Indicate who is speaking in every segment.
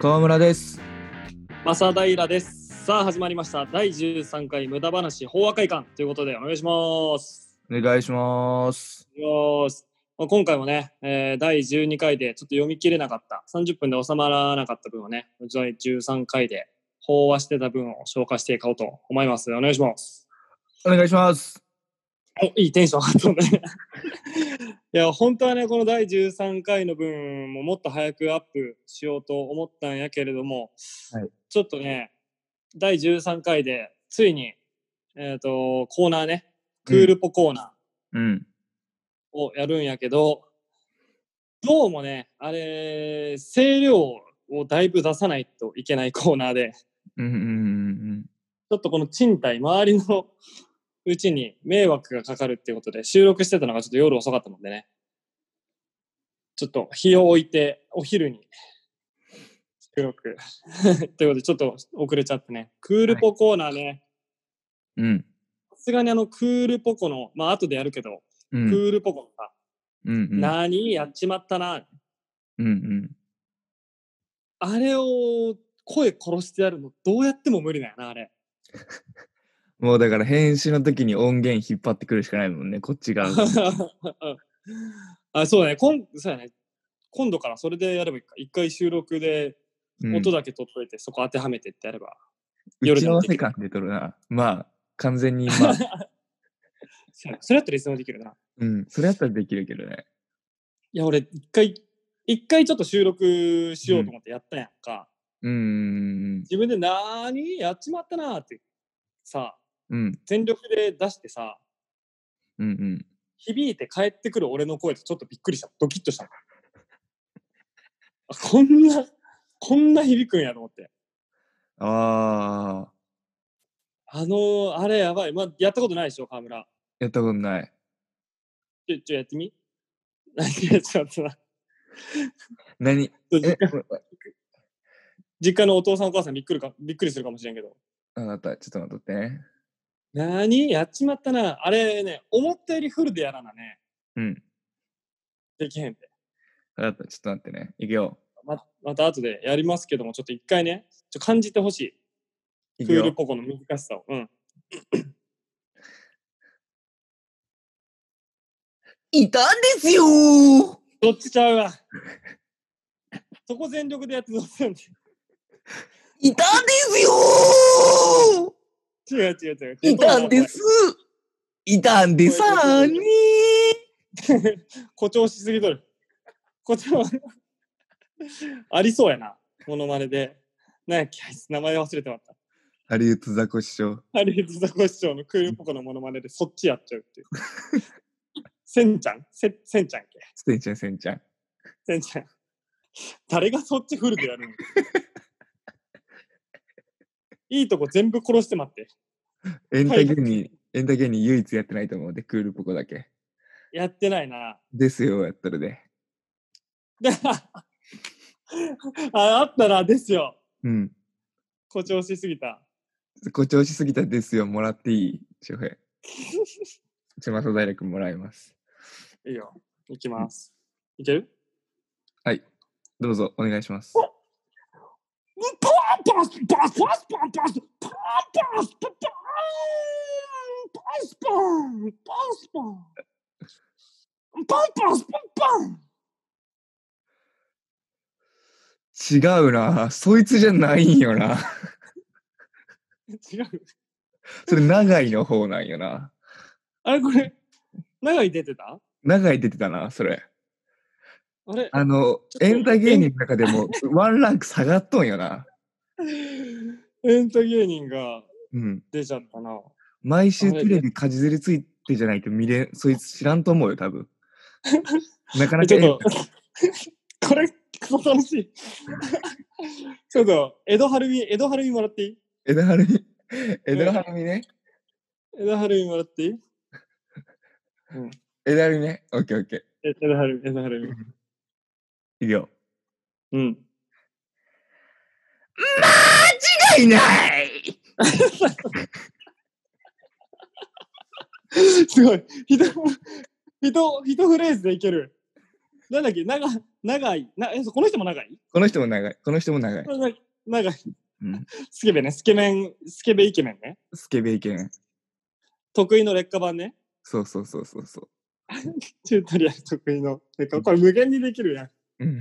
Speaker 1: 川村です。
Speaker 2: 正平です。さあ始まりました第13回無駄話法話会館ということでお願いします。
Speaker 1: お願いします。
Speaker 2: お願いしますまあ今回もね、えー第12回でちょっと読み切れなかった30分で収まらなかった分をね第13回で法話してた分を消化していこうと思います。お願いします。
Speaker 1: お願いします。
Speaker 2: おいいテンション上がった ね。いや本当はねこの第13回の分ももっと早くアップしようと思ったんやけれども、
Speaker 1: はい
Speaker 2: ちょっとね第13回でついに、えー、とコーナーねクールポコーナ
Speaker 1: うん。
Speaker 2: ーをやるんやけど、どうもねあれ声量をだいぶ出さないといけないコーナーで
Speaker 1: うんうんうん
Speaker 2: ちょっとこの賃貸周りの うちに迷惑がかかるっていうことで収録してたのがちょっと夜遅かったもんでねちょっと日を置いてお昼に収録 ということでちょっと遅れちゃってねクールポコーナーね、
Speaker 1: うん。うん。
Speaker 2: さすがにあのクールポコの、まあ後でやるけど、
Speaker 1: う
Speaker 2: ク
Speaker 1: ん。
Speaker 2: ールポコのさ、
Speaker 1: うん。うん。
Speaker 2: 何やっちまったな、
Speaker 1: うんうん。
Speaker 2: あれを声殺してやるの、どうやっても無理だよな、あれ。
Speaker 1: もうだから編集の時に音源引っ張ってくるしかないもんね、こっち側が。
Speaker 2: あそうだね、今そうだね今度からそれでやればいいか。一回収録で
Speaker 1: うん
Speaker 2: 音だけ取っといて、そこ当てはめてってやれば。
Speaker 1: 打
Speaker 2: 夜
Speaker 1: ち
Speaker 2: で
Speaker 1: 合
Speaker 2: も
Speaker 1: わ
Speaker 2: できる
Speaker 1: せ感出とるな。まあ、完全に、まあ、
Speaker 2: そうやそれやったらいつでもできるな。
Speaker 1: うん。それやったらできるけどね。
Speaker 2: いや、俺、一回、一回ちょっと収録しようと思ってやったやんか。
Speaker 1: うんうん
Speaker 2: 自分で何やっちまったなってさ、
Speaker 1: うん。うん。
Speaker 2: 全力で出してさ、
Speaker 1: うんうん。
Speaker 2: 響いて帰ってくる俺の声とちょっとびっくりした。ドキッとしたの。あこんな、こんな響くんやと思って。
Speaker 1: ああ、
Speaker 2: あのー、あれやばい。まあ、やったことないでしょ、河村。
Speaker 1: やったことない。
Speaker 2: ちょ、ちょ、やってみ 何やっちゃったな。
Speaker 1: 何え、
Speaker 2: 実家のお父さんお母さんびっくりか、びっくりするかもしれんけど。
Speaker 1: あなた、ちょっと待っとってね。
Speaker 2: 何やっちまったな。あれね、思ったよりフルでやらなね。
Speaker 1: うん。
Speaker 2: できへんって。
Speaker 1: あなた、ちょっと待ってね。いくよ。
Speaker 2: ままた後でやりますけども、ちょっと一回ね、ちょ感じてほしい。
Speaker 1: い
Speaker 2: ク
Speaker 1: く
Speaker 2: ール
Speaker 1: よ。
Speaker 2: ポコの難しさを。うん。
Speaker 1: いたんですよー
Speaker 2: どっちちゃうわ。 そこ全力でやってどうするんだ
Speaker 1: いたんですよ
Speaker 2: 違う違う違う。
Speaker 1: ーいたんです。いたんでさーに
Speaker 2: 誇張しすぎとる。誇張。 ありそうやな。モノマネで。なんやっけあいつ名前忘れてまった。
Speaker 1: ハリウッドザコシショウ。
Speaker 2: ハリウッドザコシショウのクールポコのモノマネでそっちやっちゃうっていう。せんちゃんせせんちゃんっけ
Speaker 1: せんちゃんせんちゃん。
Speaker 2: せんちゃん。誰がそっちフルでやるのいいとこ全部殺して待って。
Speaker 1: エンタ芸人、エンタ芸人唯一やってないと思うで、クールポコだけ。
Speaker 2: やってないな。
Speaker 1: ですよーやったるで。
Speaker 2: でああったな、ですよ。
Speaker 1: うん。
Speaker 2: 誇張しすぎた。
Speaker 1: 誇張しすぎたですよ、もらっていい翔平。ちまさだいらくんもらいます。
Speaker 2: いいよ。いきます。いける
Speaker 1: どうぞ、お願いします。
Speaker 2: パンパンスパンパンスパンパンスパンパンスパンパンスパンパンスパンパンパンスパンパン
Speaker 1: 違うなそいつじゃないんよな。
Speaker 2: 違う。
Speaker 1: それ、長井の方なんよな。
Speaker 2: あれこれ、長い出てた
Speaker 1: 長井出てたな、それ。
Speaker 2: あれ
Speaker 1: あの、エンタ芸人の中でも、ワンランク下がっとんよな。
Speaker 2: エンタ芸人が
Speaker 1: うん。
Speaker 2: 出ちゃったな。
Speaker 1: 毎週テレビかじずりついてじゃないと見れ、そいつ知らんと思うよ、多 分。なかなか
Speaker 2: ち
Speaker 1: エン
Speaker 2: ょっと、これ、クソ楽しい。ちょっと、江戸晴海、江戸晴海もらっていい
Speaker 1: 江戸晴美、江戸晴美ね。
Speaker 2: 江戸晴海もらっていい
Speaker 1: 江戸晴美ね。オッケーオッケ
Speaker 2: え江戸晴海、江戸晴海。
Speaker 1: ー。いくよ。
Speaker 2: うん。
Speaker 1: 間違いない
Speaker 2: すごい。人、人、人フレーズでいける。なんだっけ、長、長い。なえこの人も長い
Speaker 1: この人も長い。この人も長い。
Speaker 2: 長い長い。
Speaker 1: うん、
Speaker 2: スケベね、スケメン、スケベイケメンね。
Speaker 1: スケベイケン。
Speaker 2: 得意の劣化版ね。
Speaker 1: そうそうそうそうそ
Speaker 2: チュートリアル得意の劣化。これ無限にできるやん。
Speaker 1: う。うん。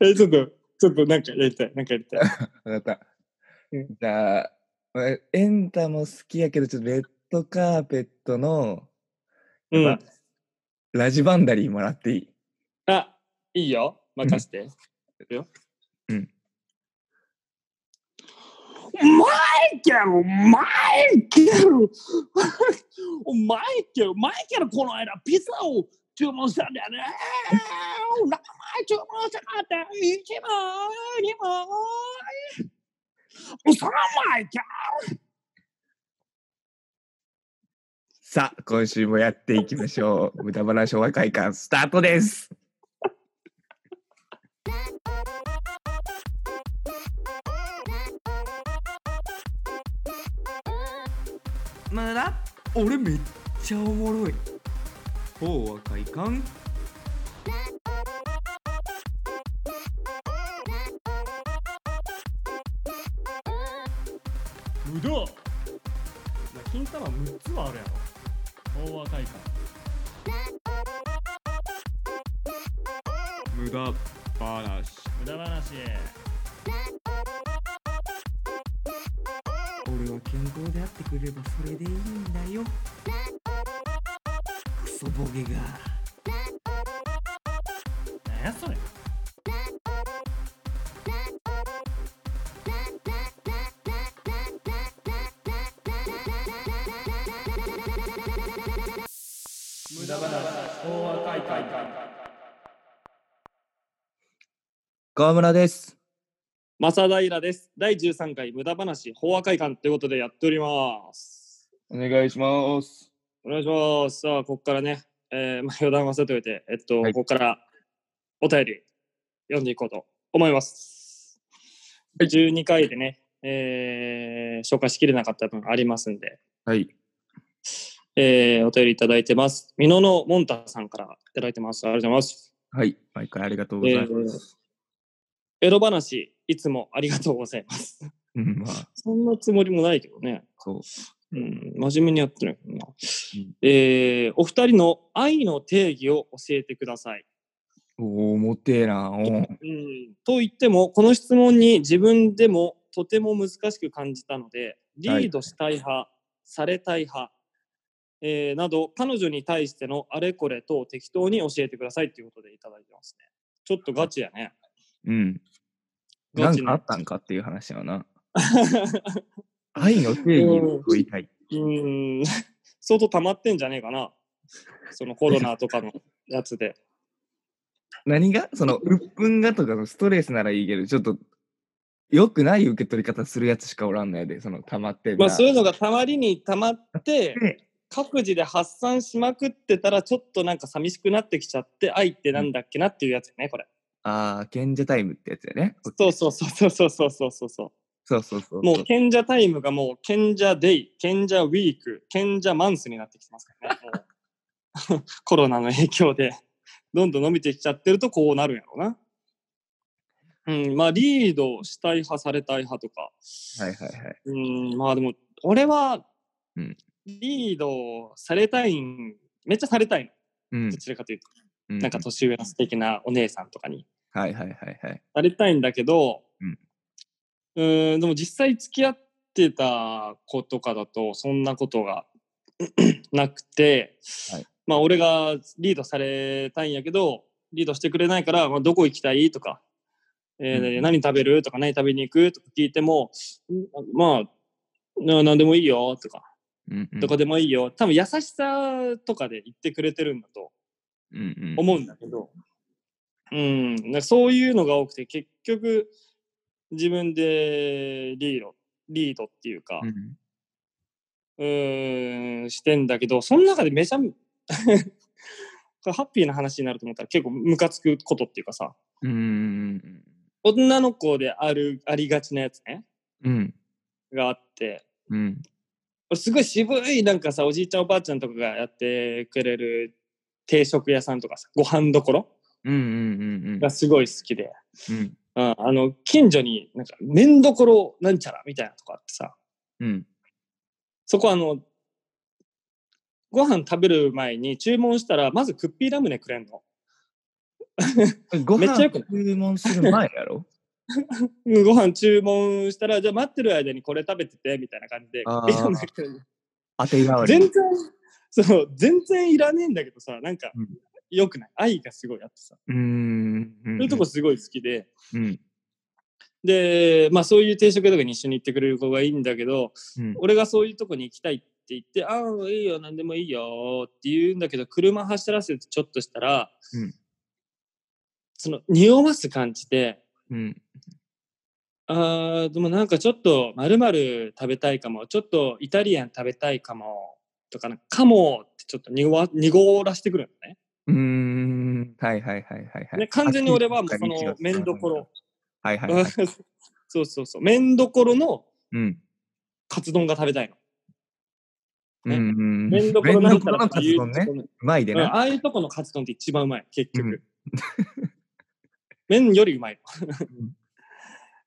Speaker 2: え、ちょっと、ちょっとなんかやりたい。なんかやりたい。
Speaker 1: わかった
Speaker 2: うん。
Speaker 1: じゃあ、まあエンタも好きやけど、ちょっとレッドカーペットの
Speaker 2: うん。
Speaker 1: ラジバンダリーもらっていい
Speaker 2: あ、いいよ。任せて。いくよ。
Speaker 1: うん。
Speaker 2: マイケルマイケルマイケルマイケルこの間ピザを注文したんだよね名前注文したかった1枚2枚3枚じゃ
Speaker 1: さあ、今週もやっていきましょう。無 駄話昭和会館スタートです。
Speaker 3: まだ俺めっちゃおもろい法は快感
Speaker 2: 無駄お前金玉6つはあるやろ大若いか
Speaker 3: 無駄話
Speaker 2: 無駄話
Speaker 3: 俺は健康であってくればそれでいいんだよクソボケが
Speaker 2: 何やそれ無駄話法和会会
Speaker 1: 川村です。
Speaker 2: 正平です第13回無駄話法和会館ということでやっております
Speaker 1: お願いします。
Speaker 2: お願いしますさあここからね、えー、まあ余談はさておいてえっと、
Speaker 1: はい
Speaker 2: ここからお便り読んでいこうと思います12回でね、えー、紹介しきれなかった分ありますんで
Speaker 1: はい。
Speaker 2: えーお便りいただいてます。美濃のモンタさんからいただいてます。ありがとうございます。
Speaker 1: はい。毎回ありがとうございます。
Speaker 2: エロ話、いつもありがとうございます。
Speaker 1: うん、まあ、
Speaker 2: そんなつもりもないけどね。
Speaker 1: そう。
Speaker 2: うん、真面目にやってるな、えーお二人の愛の定義を教えてください。
Speaker 1: おお、もてえな。おー
Speaker 2: うん、と言っても、この質問に自分でもとても難しく感じたので、リードしたい派、されたい派、えーなど、彼女に対してのあれこれと適当に教えてくださいということでいただいてますね。ちょっとガチやね。
Speaker 1: うん。な
Speaker 2: ガ
Speaker 1: ん
Speaker 2: チ
Speaker 1: かあ
Speaker 2: な
Speaker 1: っ。たんかっていう話や な。愛の定義を問いた い。
Speaker 2: うん、相当溜まってんじゃねえかな。そのコロナとかのやつ で。
Speaker 1: 何がその、鬱憤がとかのストレスならいいけど、ちょっと、良くない受け取り方するやつしかおらんのやで、その、溜まってんな
Speaker 2: まあそういうのがたまりにたまって
Speaker 1: で、
Speaker 2: 各自で発散しまくってたら、ちょっとなんか寂しくなってきちゃって、愛ってなんだっけなっていうやつね、これ。
Speaker 1: ああ、賢者タイムってやつやね。
Speaker 2: そうそうそうそうそうそうそうそ。
Speaker 1: そうそうそうう。
Speaker 2: もう賢者タイムがもう賢者デイ、賢者ウィーク、賢者マンスになってきてますからね。もう コロナの影響で、どんどん伸びてきちゃってるとこうなるんやろうな。うん、まあリードしたい派されたい派とか、
Speaker 1: はいはいはい。
Speaker 2: うん、まあでも、俺は
Speaker 1: うん、
Speaker 2: リードされたいん、めっちゃされたいの。
Speaker 1: うん
Speaker 2: ど。ちらかというと、
Speaker 1: う
Speaker 2: なんか年上の素敵なお姉さんとかに
Speaker 1: はいはいはいはい。
Speaker 2: されたいんだけど、
Speaker 1: うん
Speaker 2: うーん、でも実際付き合ってた子とかだと、そんなことが なくて、
Speaker 1: はい
Speaker 2: まあ俺がリードされたいんやけど、リードしてくれないから、まあ、どこ行きたいとか、えー
Speaker 1: うん
Speaker 2: 何食べるとか何食べに行くとか聞いても、んまあ、な何でもいいよとか、
Speaker 1: うんうん
Speaker 2: どこでもいいよ。多分優しさとかで言ってくれてるんだと
Speaker 1: うんうん。
Speaker 2: 思うんだけど、うん、なんかそういうのが多くて、結局、自分でリード、リードっていうか、
Speaker 1: うん
Speaker 2: うーん、してんだけど、その中でめちゃ、 これハッピーな話になると思ったら結構ムカつくことっていうかさ、
Speaker 1: うんうん
Speaker 2: 女の子である、ありがちなやつね、
Speaker 1: うんうん
Speaker 2: があって、
Speaker 1: うん
Speaker 2: すごい渋いなんかさおじいちゃんおばあちゃんとかがやってくれる定食屋さんとかさ、ご飯どころ
Speaker 1: うんうんうんうん
Speaker 2: がすごい好きで、
Speaker 1: うん
Speaker 2: うん、あの、近所になんか、麺どころなんちゃらみたいなとこあってさ、
Speaker 1: うん
Speaker 2: そこあの、ご飯食べる前に注文したら、まずクッピーラムネくれんの。
Speaker 1: ご
Speaker 2: めっちゃ
Speaker 1: 飯
Speaker 2: よくない
Speaker 1: 注文する前やろ
Speaker 2: うんご飯注文したら、じゃあ待ってる間にこれ食べてて、みたいな感じで、
Speaker 1: あー
Speaker 2: クッピーラムネくれんの
Speaker 1: 当て代わり
Speaker 2: 全
Speaker 1: に
Speaker 2: 然、そう、全然いらねえんだけどさ、なんか
Speaker 1: うん、
Speaker 2: 良くない愛がすごいあってさ、
Speaker 1: うーんうん
Speaker 2: そういうとこすごい好きで、
Speaker 1: うん
Speaker 2: で、まあそういう定食屋とかに一緒に行ってくれる子がいいんだけど、
Speaker 1: うん
Speaker 2: 俺がそういうとこに行きたいって言って、ああ、いいよ、何でもいいよって言うんだけど、車走らせてちょっとしたら、
Speaker 1: うん
Speaker 2: その、匂わす感じで、
Speaker 1: うん
Speaker 2: ああ、でもなんかちょっと、まるまる食べたいかも、ちょっとイタリアン食べたいかも、とかな、かもってちょっと濁わ濁らしてくるのね。
Speaker 1: うーんはいはいはいはいはい
Speaker 2: ね完全に俺はもうそ
Speaker 1: あ
Speaker 2: の、麺どころ。
Speaker 1: はいはい、はい、
Speaker 2: そうそうそう、麺どころの
Speaker 1: うん
Speaker 2: カツ丼が食べたいの。ね
Speaker 1: うんうん
Speaker 2: 麺どころなんた
Speaker 1: 麺どころ
Speaker 2: ら
Speaker 1: の
Speaker 2: って
Speaker 1: カ
Speaker 2: い
Speaker 1: ツ
Speaker 2: う
Speaker 1: 丼ね
Speaker 2: ところ
Speaker 1: うまいで
Speaker 2: うん
Speaker 1: な
Speaker 2: ああいうとこのカツ丼って一番うまい、結局。
Speaker 1: うん
Speaker 2: 麺よりうまい
Speaker 1: ん。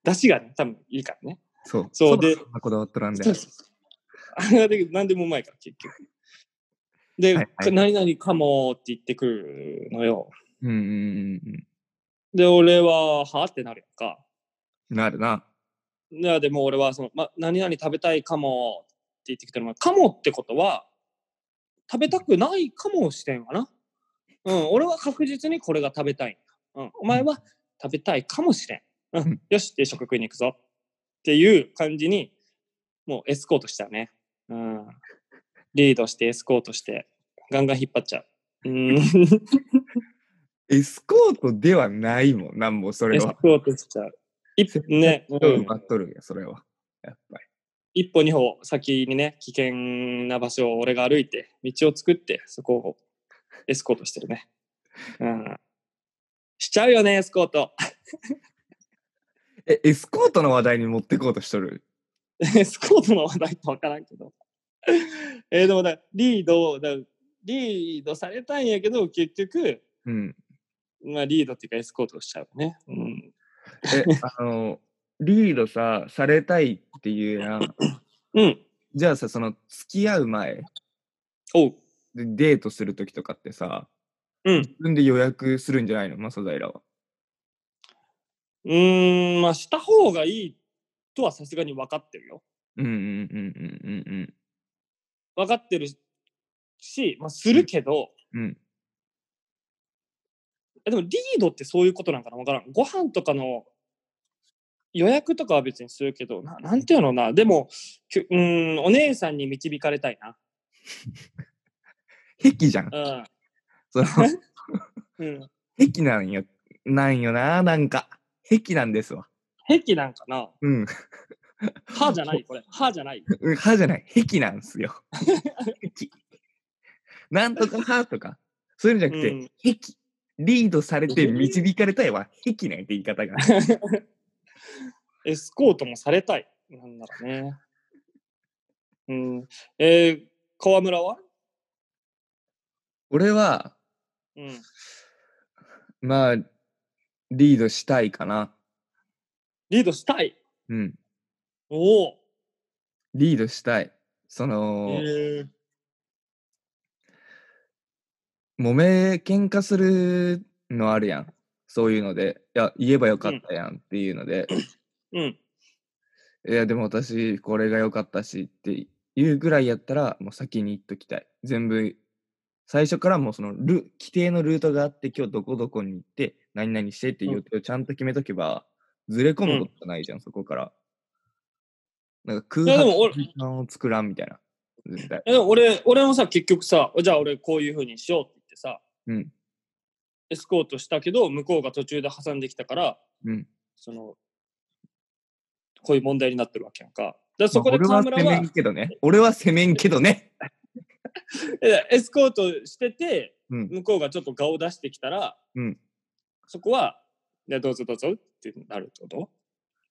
Speaker 2: だしがね、多分いいからね。
Speaker 1: そう
Speaker 2: そう
Speaker 1: だ
Speaker 2: で
Speaker 1: そんなこだわっとらんで
Speaker 2: そうそうそうあれはだけど何でもうまいから、結局。で、
Speaker 1: はいはい
Speaker 2: 何々かもって言ってくるのよ。
Speaker 1: うんうんうんうん
Speaker 2: で、俺は、はってなるやんか。
Speaker 1: なるな
Speaker 2: ででも俺はその、ま、何々食べたいかもって言ってきたのが、かもってことは、食べたくないかもしてんかな。うん、俺は確実にこれが食べたい。うん、お前は食べたいかもしれん。う
Speaker 1: うん
Speaker 2: ん、よし、定食食いに行くぞ。っていう感じに、もうエスコートしたよね。うん。リードしてエスコートして、ガンガン引っ張っちゃ う。うん、エス
Speaker 1: エスコートではないもんなんもそれは
Speaker 2: コートしちゃう。一ね、う
Speaker 1: うん
Speaker 2: ん
Speaker 1: 奪っとるんやそれはやっぱり
Speaker 2: 一歩二歩先にね危険な場所を俺が歩いて道を作ってそこをエスコートしてるね、うん、しちゃうよねエスコート
Speaker 1: えエスコートの話題に持ってこうとしとる
Speaker 2: エスコートの話題って分からんけど えーでもだリードだリードされたんやけど結局、
Speaker 1: うん
Speaker 2: まあ、リードっていうかエスコートをしちゃうね、うん、
Speaker 1: えあのリードさされたいっていうやん
Speaker 2: うん
Speaker 1: じゃあさその付き合う前
Speaker 2: おう
Speaker 1: でデートする時とかってさ
Speaker 2: うん
Speaker 1: 自分で予約するんじゃないのマサダイラは
Speaker 2: うーんまあした方がいいとはさすがに分かってるよ
Speaker 1: うんうんうんうんうん
Speaker 2: 分かってるし、まあ、するけど、
Speaker 1: うんうん
Speaker 2: えでもリードってそういうことなんかな分からん。ご飯とかの予約とかは別にするけど、ななんていうのな、でも、きゅうーん、お姉さんに導かれたいな。
Speaker 1: 癖じゃん
Speaker 2: うん
Speaker 1: その
Speaker 2: うん。
Speaker 1: 癖なんよなんよななんか癖なんですわ
Speaker 2: 癖なんかな
Speaker 1: うん
Speaker 2: 歯じゃないこれ。歯じゃない。
Speaker 1: うん歯じゃない、癖なんすよ。癖。なんとか歯とか、そういうのじゃなくて、 癖。リードされて導かれたいは、癖なんて言い方が。
Speaker 2: エスコートもされたい。なんだろうね。うん。えー、川村は
Speaker 1: 俺は、
Speaker 2: うん。
Speaker 1: まあ、リードしたいかな。
Speaker 2: リードしたい。
Speaker 1: うん。
Speaker 2: おお。
Speaker 1: リードしたい。その、
Speaker 2: えー、
Speaker 1: 揉め、喧嘩するのあるやん。そういうので、いや、言えばよかったやんっていうの で、
Speaker 2: うん。
Speaker 1: いや、でも私、これが良かったしっていうぐらいやったら、もう先に言っときたい。全部、最初からもうそのル、規定のルートがあって、今日どこどこに行って、何々してっていう予定をちゃんと決めとけば、ずれ込むことないじゃん、そこから。なんか空
Speaker 2: いやで
Speaker 1: 白
Speaker 2: も
Speaker 1: の
Speaker 2: 俺
Speaker 1: 時間を作らんみたいな。絶対。
Speaker 2: えでも俺、俺もさ、結局さ、じゃあ俺こういうふうにしようって言ってさ、
Speaker 1: うん。
Speaker 2: エスコートしたけど向こうが途中で挟んできたから
Speaker 1: うん。
Speaker 2: そのこういう問題になってるわけやんか。だからそこ
Speaker 1: まあ
Speaker 2: で川
Speaker 1: 俺
Speaker 2: 村
Speaker 1: は攻め
Speaker 2: は
Speaker 1: ん、けどね。俺は攻めんけどね。
Speaker 2: えエスコートしてて
Speaker 1: うん。
Speaker 2: 向こうがちょっと顔を出してきたら、
Speaker 1: うん
Speaker 2: そこは「いやどうぞどうぞ」ってなるってこと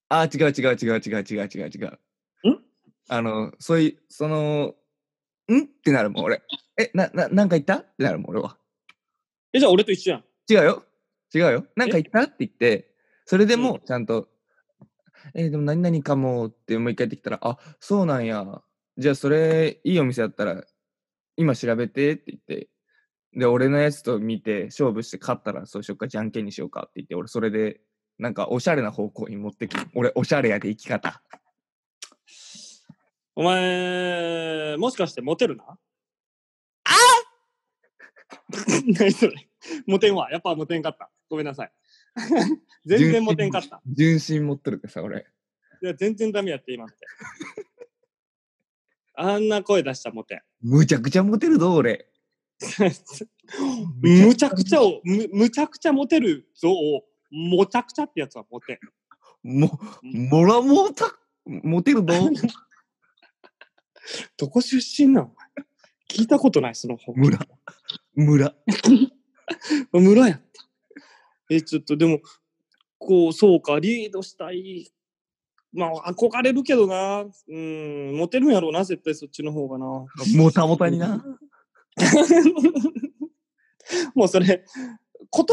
Speaker 1: ああ、違う違う違う違う違う違う違う。
Speaker 2: ん
Speaker 1: あの、そういう、その、んってなるもん、俺。え、な、な、なんか言ったってなるもん、俺は。
Speaker 2: え、じゃあ俺と一緒やん。
Speaker 1: 違うよ。違うよ。なんか言ったって言って、それでもちゃんと、えーでも何々かもってもう一回言ってきたら、あ、そうなんや。じゃあそれ、いいお店だったら、今調べてって言って、で、俺のやつと見て、勝負して勝ったら、そうしようか、じゃんけんにしようかって言って、俺それで、なんかおしゃれな方向に持ってくる。俺、おしゃれやで生き方。
Speaker 2: お前、もしかしてモテるなあ 何それ。モテんわ。やっぱモテんかった。ごめんなさい。 全然モテんかった。
Speaker 1: 純真持っとるからさ、俺。
Speaker 2: いや、全然ダメやって、今って。 あんな声出したモテ。
Speaker 1: むちゃくちゃモテるぞ、俺。
Speaker 2: むちゃくちゃを、むむちゃくちゃモテるぞを、もちゃくちゃってやつはモテ。
Speaker 1: も、もらもた、モテるぞ。
Speaker 2: どこ出身なのお前聞いたことない、その方。
Speaker 1: 村。村。
Speaker 2: 村やった。え、ちょっとでも、こう、そうか、リードしたい。まあ、憧れるけどな。うん、モテるんやろうな、絶対そっちの 方がな。
Speaker 1: もたもたにな。
Speaker 2: もうそれ、言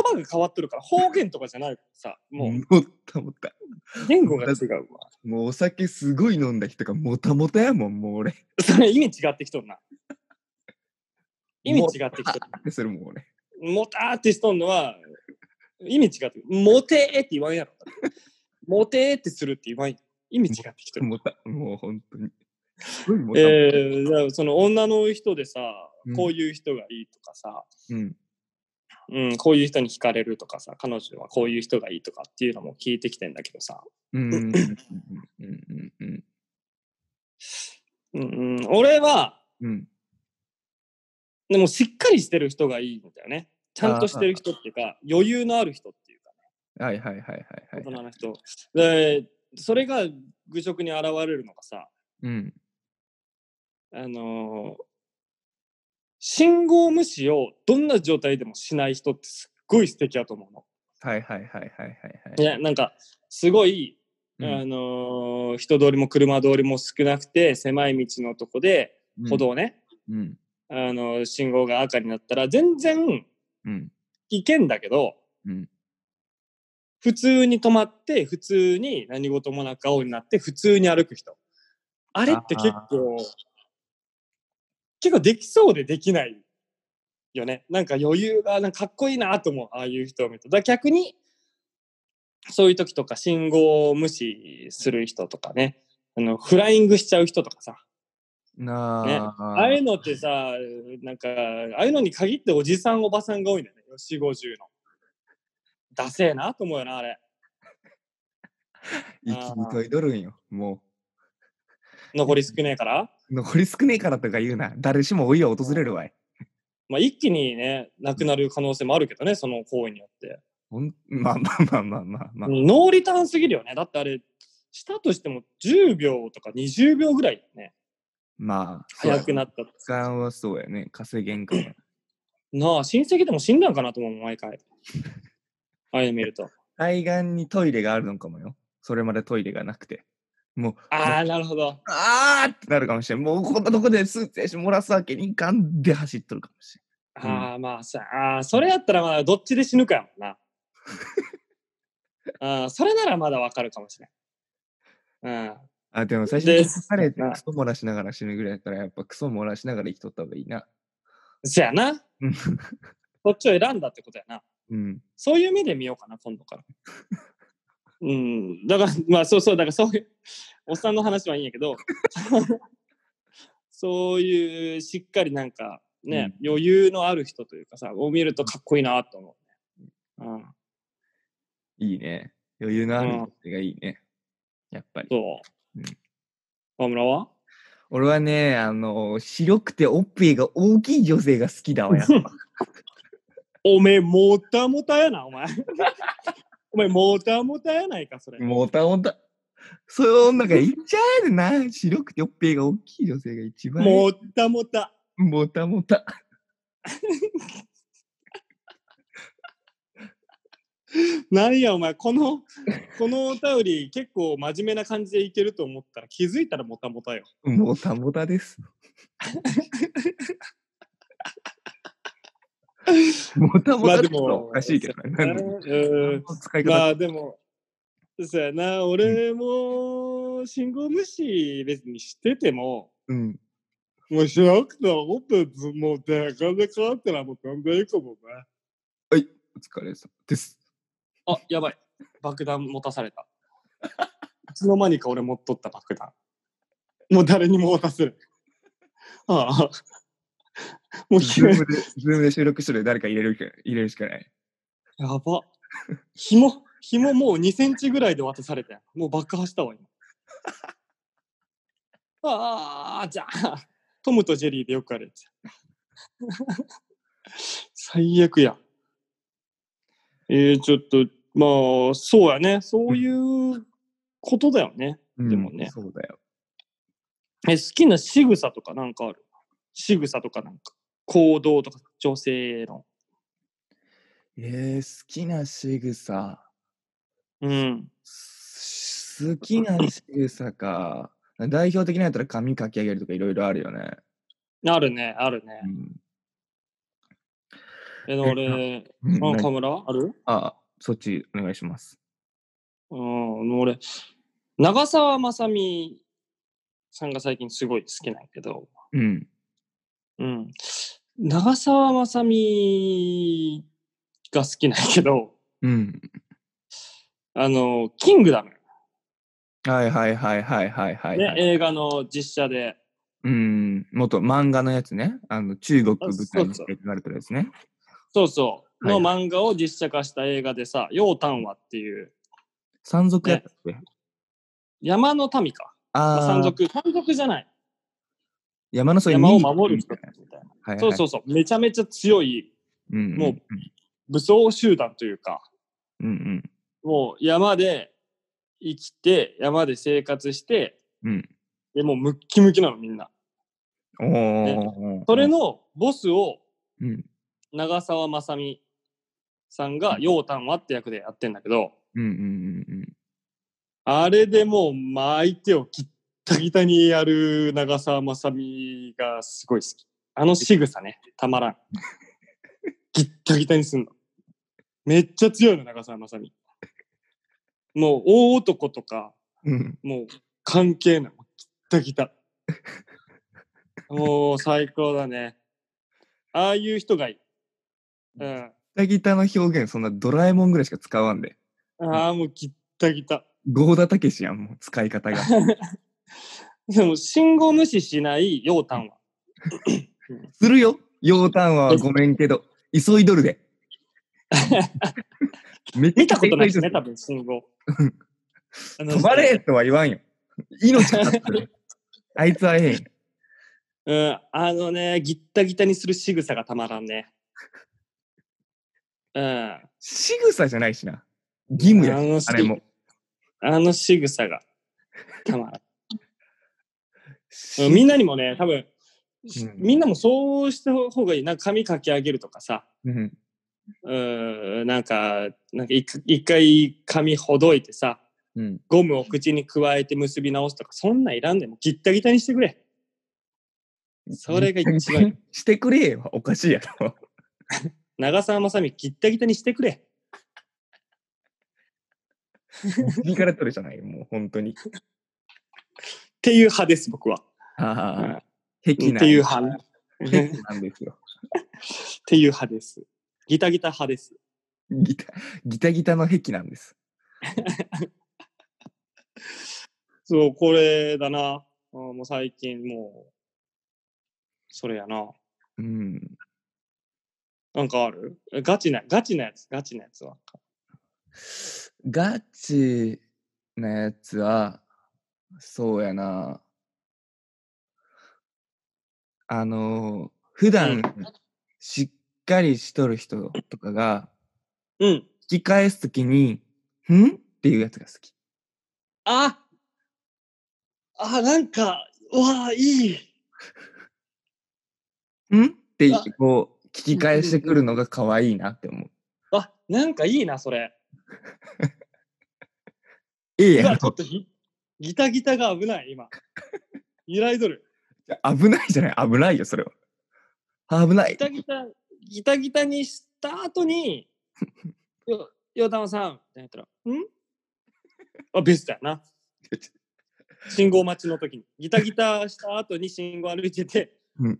Speaker 2: 葉が変わってるから、方言とかじゃないからさ、もう
Speaker 1: もたもた。
Speaker 2: 言語が違うわ。
Speaker 1: もうお酒すごい飲んだ人がもたもたやもん、もう俺。
Speaker 2: それ意味違ってきとるな。意味違ってきとる。
Speaker 1: で、それもう俺。
Speaker 2: モターってしとんのは、意味違って、モテーって言わんやろ。モテーってするって言わんや意味違ってきてる。
Speaker 1: もた、もう本当に。すごいもたもた
Speaker 2: えー、じゃあその女の人でさ
Speaker 1: う、ん
Speaker 2: こういう人がいいとかさ、
Speaker 1: うん。
Speaker 2: うん、こういう人に惹かれるとかさ、彼女はこういう人がいいとかっていうのも聞いてきてんだけどさ、
Speaker 1: うん。うん。うん。うん。
Speaker 2: うんうん、俺は、
Speaker 1: うん。
Speaker 2: でもしっかりしてる人がいいんだよね。ちゃんとしてる人っていうか、余裕のある人っていうか、
Speaker 1: はいはいはいはい
Speaker 2: 大
Speaker 1: はい。
Speaker 2: 人の人。で、それが愚直に現れるのがさ、
Speaker 1: うん。
Speaker 2: あのー信号無視をどんな状態でもしない人ってすっごい素敵だと思うの。
Speaker 1: はいはいはいはいはいはい。
Speaker 2: いや、なんか、すごい、
Speaker 1: うん
Speaker 2: あのー人通りも車通りも少なくて、狭い道のとこで、
Speaker 1: うん
Speaker 2: 歩。道ね、
Speaker 1: うん。
Speaker 2: あのー信号が赤になったら、全然
Speaker 1: うん。
Speaker 2: 行けんだけど、
Speaker 1: うん
Speaker 2: 普通に止まって、普通に何事もなく青になって、普通に歩く人。あれって結構、結構できそうでできないよね。なんか余裕が、なんかかっこいいなと思う、ああいう人を見ると。だから逆に、そういう時とか信号を無視する人とかね、あのフライングしちゃう人とかさ、ね
Speaker 1: な
Speaker 2: ああい
Speaker 1: あ。
Speaker 2: うのってさ、なんか、ああいうのに限っておじさん、おばさんが多いんだよね。よし50の。ダセえなと思うよな、あれ。
Speaker 1: 生きといどるんよ。も
Speaker 2: 残り少ねえから。
Speaker 1: う。残り少ねえからとか言うな。誰しも老いは訪れるわい。
Speaker 2: まあ、一気にね、なくなる可能性もあるけどね、その行為によって。
Speaker 1: ほん、まあまあまあまあまあまあ。
Speaker 2: ノーリターンすぎるよね。だってあれ、したとしても10秒とか20秒ぐらいだよね。
Speaker 1: まあ、
Speaker 2: 早く
Speaker 1: な。
Speaker 2: なったと。
Speaker 1: 時間はそうやね。稼げ んから。
Speaker 2: なあ、親戚でも死んだんかなと思うもん、毎回。ああいうの見ると。
Speaker 1: 海岸にトイレがあるのかもよ。それまでトイレがなくて。もう、
Speaker 2: ああ、なるほど。
Speaker 1: あーってなるかもしれん。もうこんなとこでスーツやし、漏らすわけにいかんで走っとるかもし
Speaker 2: ああ、まあさ、ああ、それやったらまあ、どっちで死ぬかやもん な。ああ、それならまだわかるかもしれん。うん。
Speaker 1: れん。あ、でも最初
Speaker 2: で
Speaker 1: に疲れて
Speaker 2: まあ
Speaker 1: クソ漏らしながら死ぬぐらいやったら、やっぱクソ漏らしながら生きとった方がいいな。
Speaker 2: そやな。
Speaker 1: うん
Speaker 2: こっちを選んだってことやな。
Speaker 1: うん。
Speaker 2: そういう目で見ようかな、今度から。うん。だから、まあそうそう、だからそういう、おっさんの話はいいんやけど、 そういうしっかりなんかね、余裕のある人というかさ、を見るとかっこいいなと思うね。うん。
Speaker 1: いいね。余裕のある
Speaker 2: うん
Speaker 1: 人がいいね。やっぱり。
Speaker 2: そう
Speaker 1: うん。
Speaker 2: 河村は
Speaker 1: 俺はね、あの、白くておっぺいが大きい女性が好きだわ、やっぱ。
Speaker 2: おめえ、もたもたやな、お前。 お前、もたもたやないか、それ。
Speaker 1: もたもた。そういう女がいっちゃうな。白くておっぺいが大きい女性が一番いい。
Speaker 2: もたもた。
Speaker 1: もたもた。
Speaker 2: なんや、お前、この、このお便り、結構真面目な感じでいけると思ったら、気づいたらもたもたよ。
Speaker 1: もたもたです。もたも
Speaker 2: まあ
Speaker 1: た
Speaker 2: で
Speaker 1: ちょっと
Speaker 2: も
Speaker 1: おかしいけどね。なんで
Speaker 2: うん
Speaker 1: この使い方、
Speaker 2: まあでも、そうやな、俺も信号無視別にしてても、
Speaker 1: うん。
Speaker 2: もうしなくてもったやつ、もう手が変わったらもうなんでいいかもな。
Speaker 1: お疲れ様 です。
Speaker 2: あ、やばい。爆弾持たされた。 いつの間にか俺持っとった爆弾。もう誰にも渡せる。ああ。もう
Speaker 1: ズ
Speaker 2: 決め
Speaker 1: ームで、ズームで収録してる誰か入れるしか入れるしかない。
Speaker 2: やば。紐、紐もう2センチぐらいで渡されたよ。もう爆破したわ、今。ああ、じゃあ、トムとジェリーでよくあるや つ。最悪や。えー、ちょっと、まあ、そうやね。そういうことだよね。でもね
Speaker 1: うんそうだよ。
Speaker 2: え、好きな仕草とかなんかある仕草とかなんか、行動とか、女性の。
Speaker 1: えー、好きな仕草。
Speaker 2: うん。
Speaker 1: す好きな仕草か。代表的なやったら髪かき上げるとかいろいろあるよね。
Speaker 2: あるね、あるね。え、でも俺、
Speaker 1: うん
Speaker 2: あ、河村ある
Speaker 1: あ、そっちお願いします。
Speaker 2: うん、俺、長澤まさみさんが最近すごい好きなんやけど、
Speaker 1: うん。
Speaker 2: うん。長澤まさみが好きなんやけど、
Speaker 1: うん。
Speaker 2: あの、キングダム、
Speaker 1: はいはいはいはいはいはい、
Speaker 2: ね
Speaker 1: はい。
Speaker 2: 映画の実写で、
Speaker 1: うん。元漫画のやつね。あの中国
Speaker 2: あ
Speaker 1: 舞台に
Speaker 2: そうそう
Speaker 1: 描かれてるやつね。
Speaker 2: そうそう、
Speaker 1: はい
Speaker 2: の漫画を実写化した映画でさ、ヨウタンワっていう、
Speaker 1: 山賊やったっけ、
Speaker 2: 山の民か。まあ
Speaker 1: あ
Speaker 2: 山
Speaker 1: あ、
Speaker 2: 賊、山賊じゃない。
Speaker 1: 山のそ
Speaker 2: 山を守る人
Speaker 1: は
Speaker 2: みたいな。
Speaker 1: いはい、
Speaker 2: そうそうそう、めちゃめちゃ強い
Speaker 1: うんうん。
Speaker 2: もう武装集団というか、
Speaker 1: うんうん。
Speaker 2: もう山で生きて、山で生活して、
Speaker 1: うん
Speaker 2: でもうムッキムキなのみんな。
Speaker 1: おー
Speaker 2: それ、のボスを
Speaker 1: うん
Speaker 2: 長澤まさみさんが、ようたんわって役でやってんだけど、
Speaker 1: うんうんうん
Speaker 2: あれでもう、まあ、相手をギッタギタにやる長澤まさみがすごい好き。あの仕草ね、たまら ん。ギッタギタにすんの。めっちゃ強いの、長澤まさみ。もう、大男とか、
Speaker 1: うん。うん。
Speaker 2: もう関係ない。ギタギタ。 もう最高だね。ああいう人がいい。うん。
Speaker 1: ギタギタの表現、そんなドラえもんぐらいしか使わんで。
Speaker 2: ああ、もうギッタギタ。
Speaker 1: ゴーダたけしやん、もう使い方 が。
Speaker 2: でも信号無視しないようたんは。
Speaker 1: するよ。羊炭はごめんけど、急いどる で。めっちゃ
Speaker 2: 見たことないですね、
Speaker 1: 急ど
Speaker 2: 多
Speaker 1: る
Speaker 2: 分信号。
Speaker 1: 止まれとは言わんよ。命かかって る。あいつはええんよ。
Speaker 2: うん、あのね、ギッタギタにする仕草がたまらんね。うん。あ
Speaker 1: 仕草じゃないしな。義務やし
Speaker 2: のし
Speaker 1: あれも。
Speaker 2: あの仕草がたまらん。うんみんなにもね、多分、
Speaker 1: ん
Speaker 2: みんなもそうした方がいい。なんか髪かき上げるとかさ、
Speaker 1: うん
Speaker 2: うーんなんか、なんか一一回髪ほどいてさ、
Speaker 1: うん。
Speaker 2: ゴムを口に加えて結び直すとか、そんなんいらんでもギッタギタにしてくれ。それが一 番いい。
Speaker 1: してくれよ。おかしいやろ。
Speaker 2: 長澤まさみギッタギタにしてくれ。
Speaker 1: 右から取るじゃない。もう本当に。
Speaker 2: っていう派です、僕は。
Speaker 1: ああ。壁
Speaker 2: っ
Speaker 1: な
Speaker 2: て
Speaker 1: ん
Speaker 2: いう
Speaker 1: よ
Speaker 2: 派。 っ
Speaker 1: 壁なんですよ。
Speaker 2: ていう派です。ギタギタ派です。
Speaker 1: ギタギタギタの壁なんです。
Speaker 2: そう、これだな。あーもう最近もう、それやな。
Speaker 1: うん。
Speaker 2: なんかあるえガチな、ガチなやつ、ガチなやつは。
Speaker 1: ガチなやつは、そうやな。あの、普
Speaker 2: う
Speaker 1: 段
Speaker 2: ん
Speaker 1: しっかりしとる人とかが、
Speaker 2: うん。
Speaker 1: 引き返すときに、んっていうやつが好き。
Speaker 2: ああ、なんか、うわあ、いい。
Speaker 1: んって
Speaker 2: あ、
Speaker 1: こう、聞き返してくるのが可愛いなって思う。
Speaker 2: あ、なんかいいな、それ。
Speaker 1: ええ
Speaker 2: う
Speaker 1: や
Speaker 2: わ、ちょ
Speaker 1: ろ
Speaker 2: っ。とギギタギタが危ない、今。揺らいどる。
Speaker 1: 危ないじゃない。危ないよ、それは。危な
Speaker 2: ギ
Speaker 1: い。
Speaker 2: タギタ、ギタギタにした後 に、よ、よたまさん、みたいなやったら、んあ、ベストやな。信号待ちの時に。ギタギタした後に信号歩いてて
Speaker 1: うん、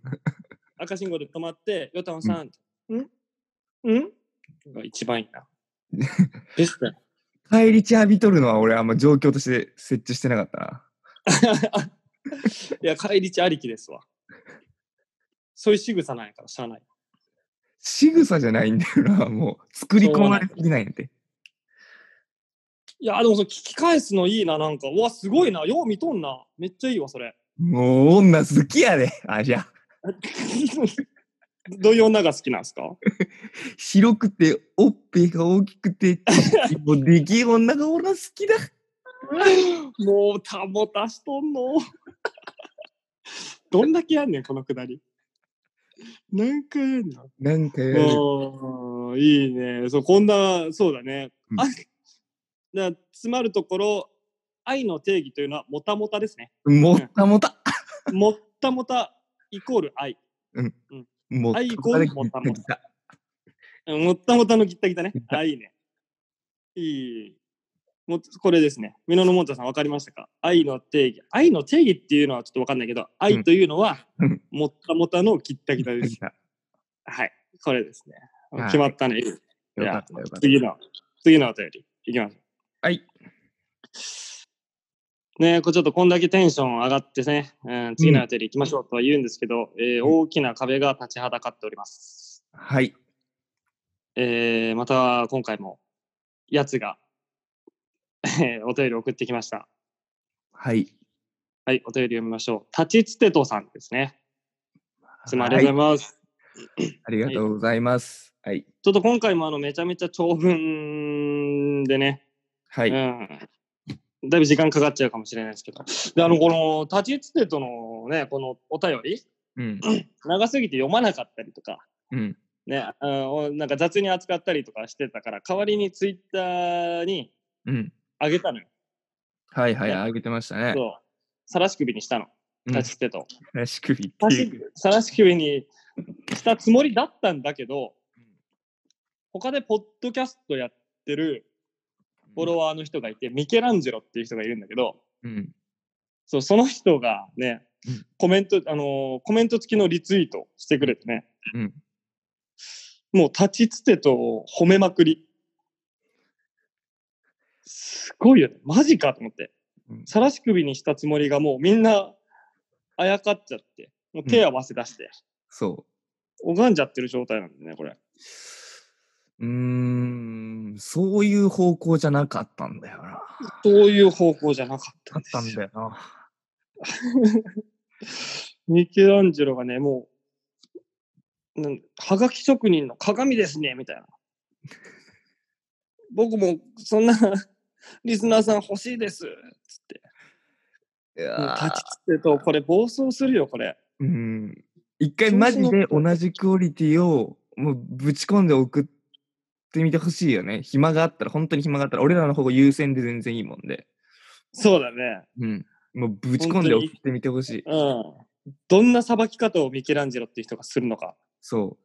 Speaker 2: 赤信号で止まって、よたまさん、んんが一番いい な。ベストやな。
Speaker 1: 帰り血浴びとるのは俺あんま状況として設置してなかったな。
Speaker 2: いや、帰り道ありきですわ。そういう仕草なんやから、しゃあない。
Speaker 1: 仕草じゃないんだよな、もう。作り込まれすぎないんやて。
Speaker 2: いや、でもそれ聞き返すのいいな、なんか。うわ、すごいな。よう見とんな。めっちゃいいわ、それ。
Speaker 1: もう女好きやで。あ、じゃあ。
Speaker 2: どういう女が好きなんですか
Speaker 1: 広くて、おっぺが大きくて、もうでけえ女が俺は好きだ。
Speaker 2: もう、たぼたしとんの。 どんだけやんねん、このくだり。何回やんの
Speaker 1: なんかやる
Speaker 2: おーいいね。そう、こんな、そうだね。
Speaker 1: うん
Speaker 2: あだから詰まるところ、愛の定義というのは、もたもたですね。
Speaker 1: もったもた。
Speaker 2: もったもたイコール愛。
Speaker 1: もった
Speaker 2: はい
Speaker 1: もたで
Speaker 2: ゴールもった
Speaker 1: ギ
Speaker 2: も
Speaker 1: タギタ
Speaker 2: もったもたのギッタギタね
Speaker 1: ギッ。タ
Speaker 2: あ、いいね。いい。もうこれですね。ミノのもんたさん、わかりましたか愛の定義。愛の定義っていうのはちょっとわかんないけど、愛というのは
Speaker 1: うん、
Speaker 2: もったもたのギッタギタ
Speaker 1: ギタ
Speaker 2: で す
Speaker 1: ギ。タ
Speaker 2: はい。これですね。
Speaker 1: はい
Speaker 2: 決まったね。いい
Speaker 1: よかったよかった。
Speaker 2: 次の、次のお便り、いきましょう。
Speaker 1: はい。
Speaker 2: ねえこれちょっとこんだけテンション上がってね、うん、次のお便り行きましょうとは言うんですけど、えー
Speaker 1: うん
Speaker 2: 大きな壁が立ちはだかっております。
Speaker 1: はい。
Speaker 2: えーまた今回も、やつが、えーお便り送ってきました。
Speaker 1: はい。
Speaker 2: はい、お便り読みましょう。立ちつてとさんですね。いつもありがとうございます。
Speaker 1: ありがとうございます。はい。
Speaker 2: ちょっと今回もあのめちゃめちゃ長文でね、
Speaker 1: はい。
Speaker 2: うん、だいぶ時間かかっちゃうかもしれないですけど。で、あの、この、立ちつてとのね、このお便り、
Speaker 1: うん。
Speaker 2: 長すぎて読まなかったりとか、
Speaker 1: うん。
Speaker 2: ね、うんおなんか雑に扱ったりとかしてたから、代わりにツイッターに
Speaker 1: うん。
Speaker 2: あげたのよ。
Speaker 1: はいはい、
Speaker 2: ね
Speaker 1: あげてましたね。
Speaker 2: そう。さらし首にしたの。
Speaker 1: うん
Speaker 2: 立ちつてと。
Speaker 1: らしくびって
Speaker 2: さら
Speaker 1: い
Speaker 2: し
Speaker 1: う。
Speaker 2: さらし首にしたつもりだったんだけど、他でポッドキャストやってるフォロワーの人がいて、ミケランジェロっていう人がいるんだけど、
Speaker 1: うん。
Speaker 2: そう、その人がね
Speaker 1: うん、
Speaker 2: コメント、あのーコメント付きのリツイートしてくれてね、
Speaker 1: うん。
Speaker 2: もう立ちつてと褒めまくり。すごいよね。マジかと思って
Speaker 1: うん。
Speaker 2: さらし首にしたつもりがもうみんなあやかっちゃって、もう手合わせ出して、
Speaker 1: そ
Speaker 2: 拝んじゃってる状態なんでね、これ。
Speaker 1: う。うーん。そういう方向じゃなかったんだよな。
Speaker 2: そういう方向じゃなかった
Speaker 1: あ
Speaker 2: ん
Speaker 1: っ
Speaker 2: です
Speaker 1: た
Speaker 2: よ
Speaker 1: んだよな。
Speaker 2: ミケランジェロがね、もう、なんはがき職人の鏡ですね、みたいな。僕も、そんな、 リスナーさん欲しいです。つって。
Speaker 1: いや
Speaker 2: もう
Speaker 1: ー
Speaker 2: 立ちつってると、これ暴走するよ、これ。
Speaker 1: うん。一回マジで同じクオリティをもうぶち込んで送ってみてほしいよね。暇があったら、本当に暇があったら、俺らの方が優先で全然いいもんで。
Speaker 2: そうだね。
Speaker 1: うん。もうぶち込んで送ってみてほしい。
Speaker 2: うん。どんなさばき方をミケランジェロっていう人がするのか。
Speaker 1: そ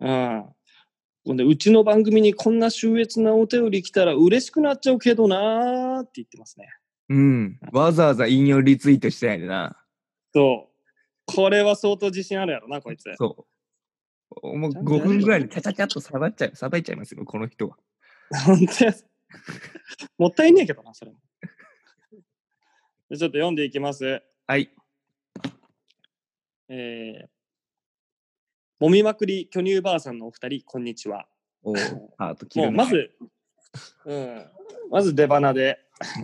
Speaker 2: うん。ほんで、うちの番組にこんな秀逸なお手売り来たら嬉しくなっちゃうけどなーって言ってますね。
Speaker 1: う。うん。わざわざ引用リツイートしてないでな。
Speaker 2: そう。これは相当自信あるやろな、こいつ。
Speaker 1: そう。もう
Speaker 2: ちゃんと
Speaker 1: 5
Speaker 2: やれよ
Speaker 1: 分ぐらいでちゃちゃちゃっとさばっちゃう、さばいちゃいますよ、この人は。
Speaker 2: 本当や。もったいねえけどな、それも。じゃあちょっと読んでいきます。
Speaker 1: はい。
Speaker 2: えー、もみまくり巨乳ばあさんのお二人、こんにちは。
Speaker 1: おーハート切
Speaker 2: も
Speaker 1: る
Speaker 2: う
Speaker 1: ね
Speaker 2: ま、ず、うん、まず出花で、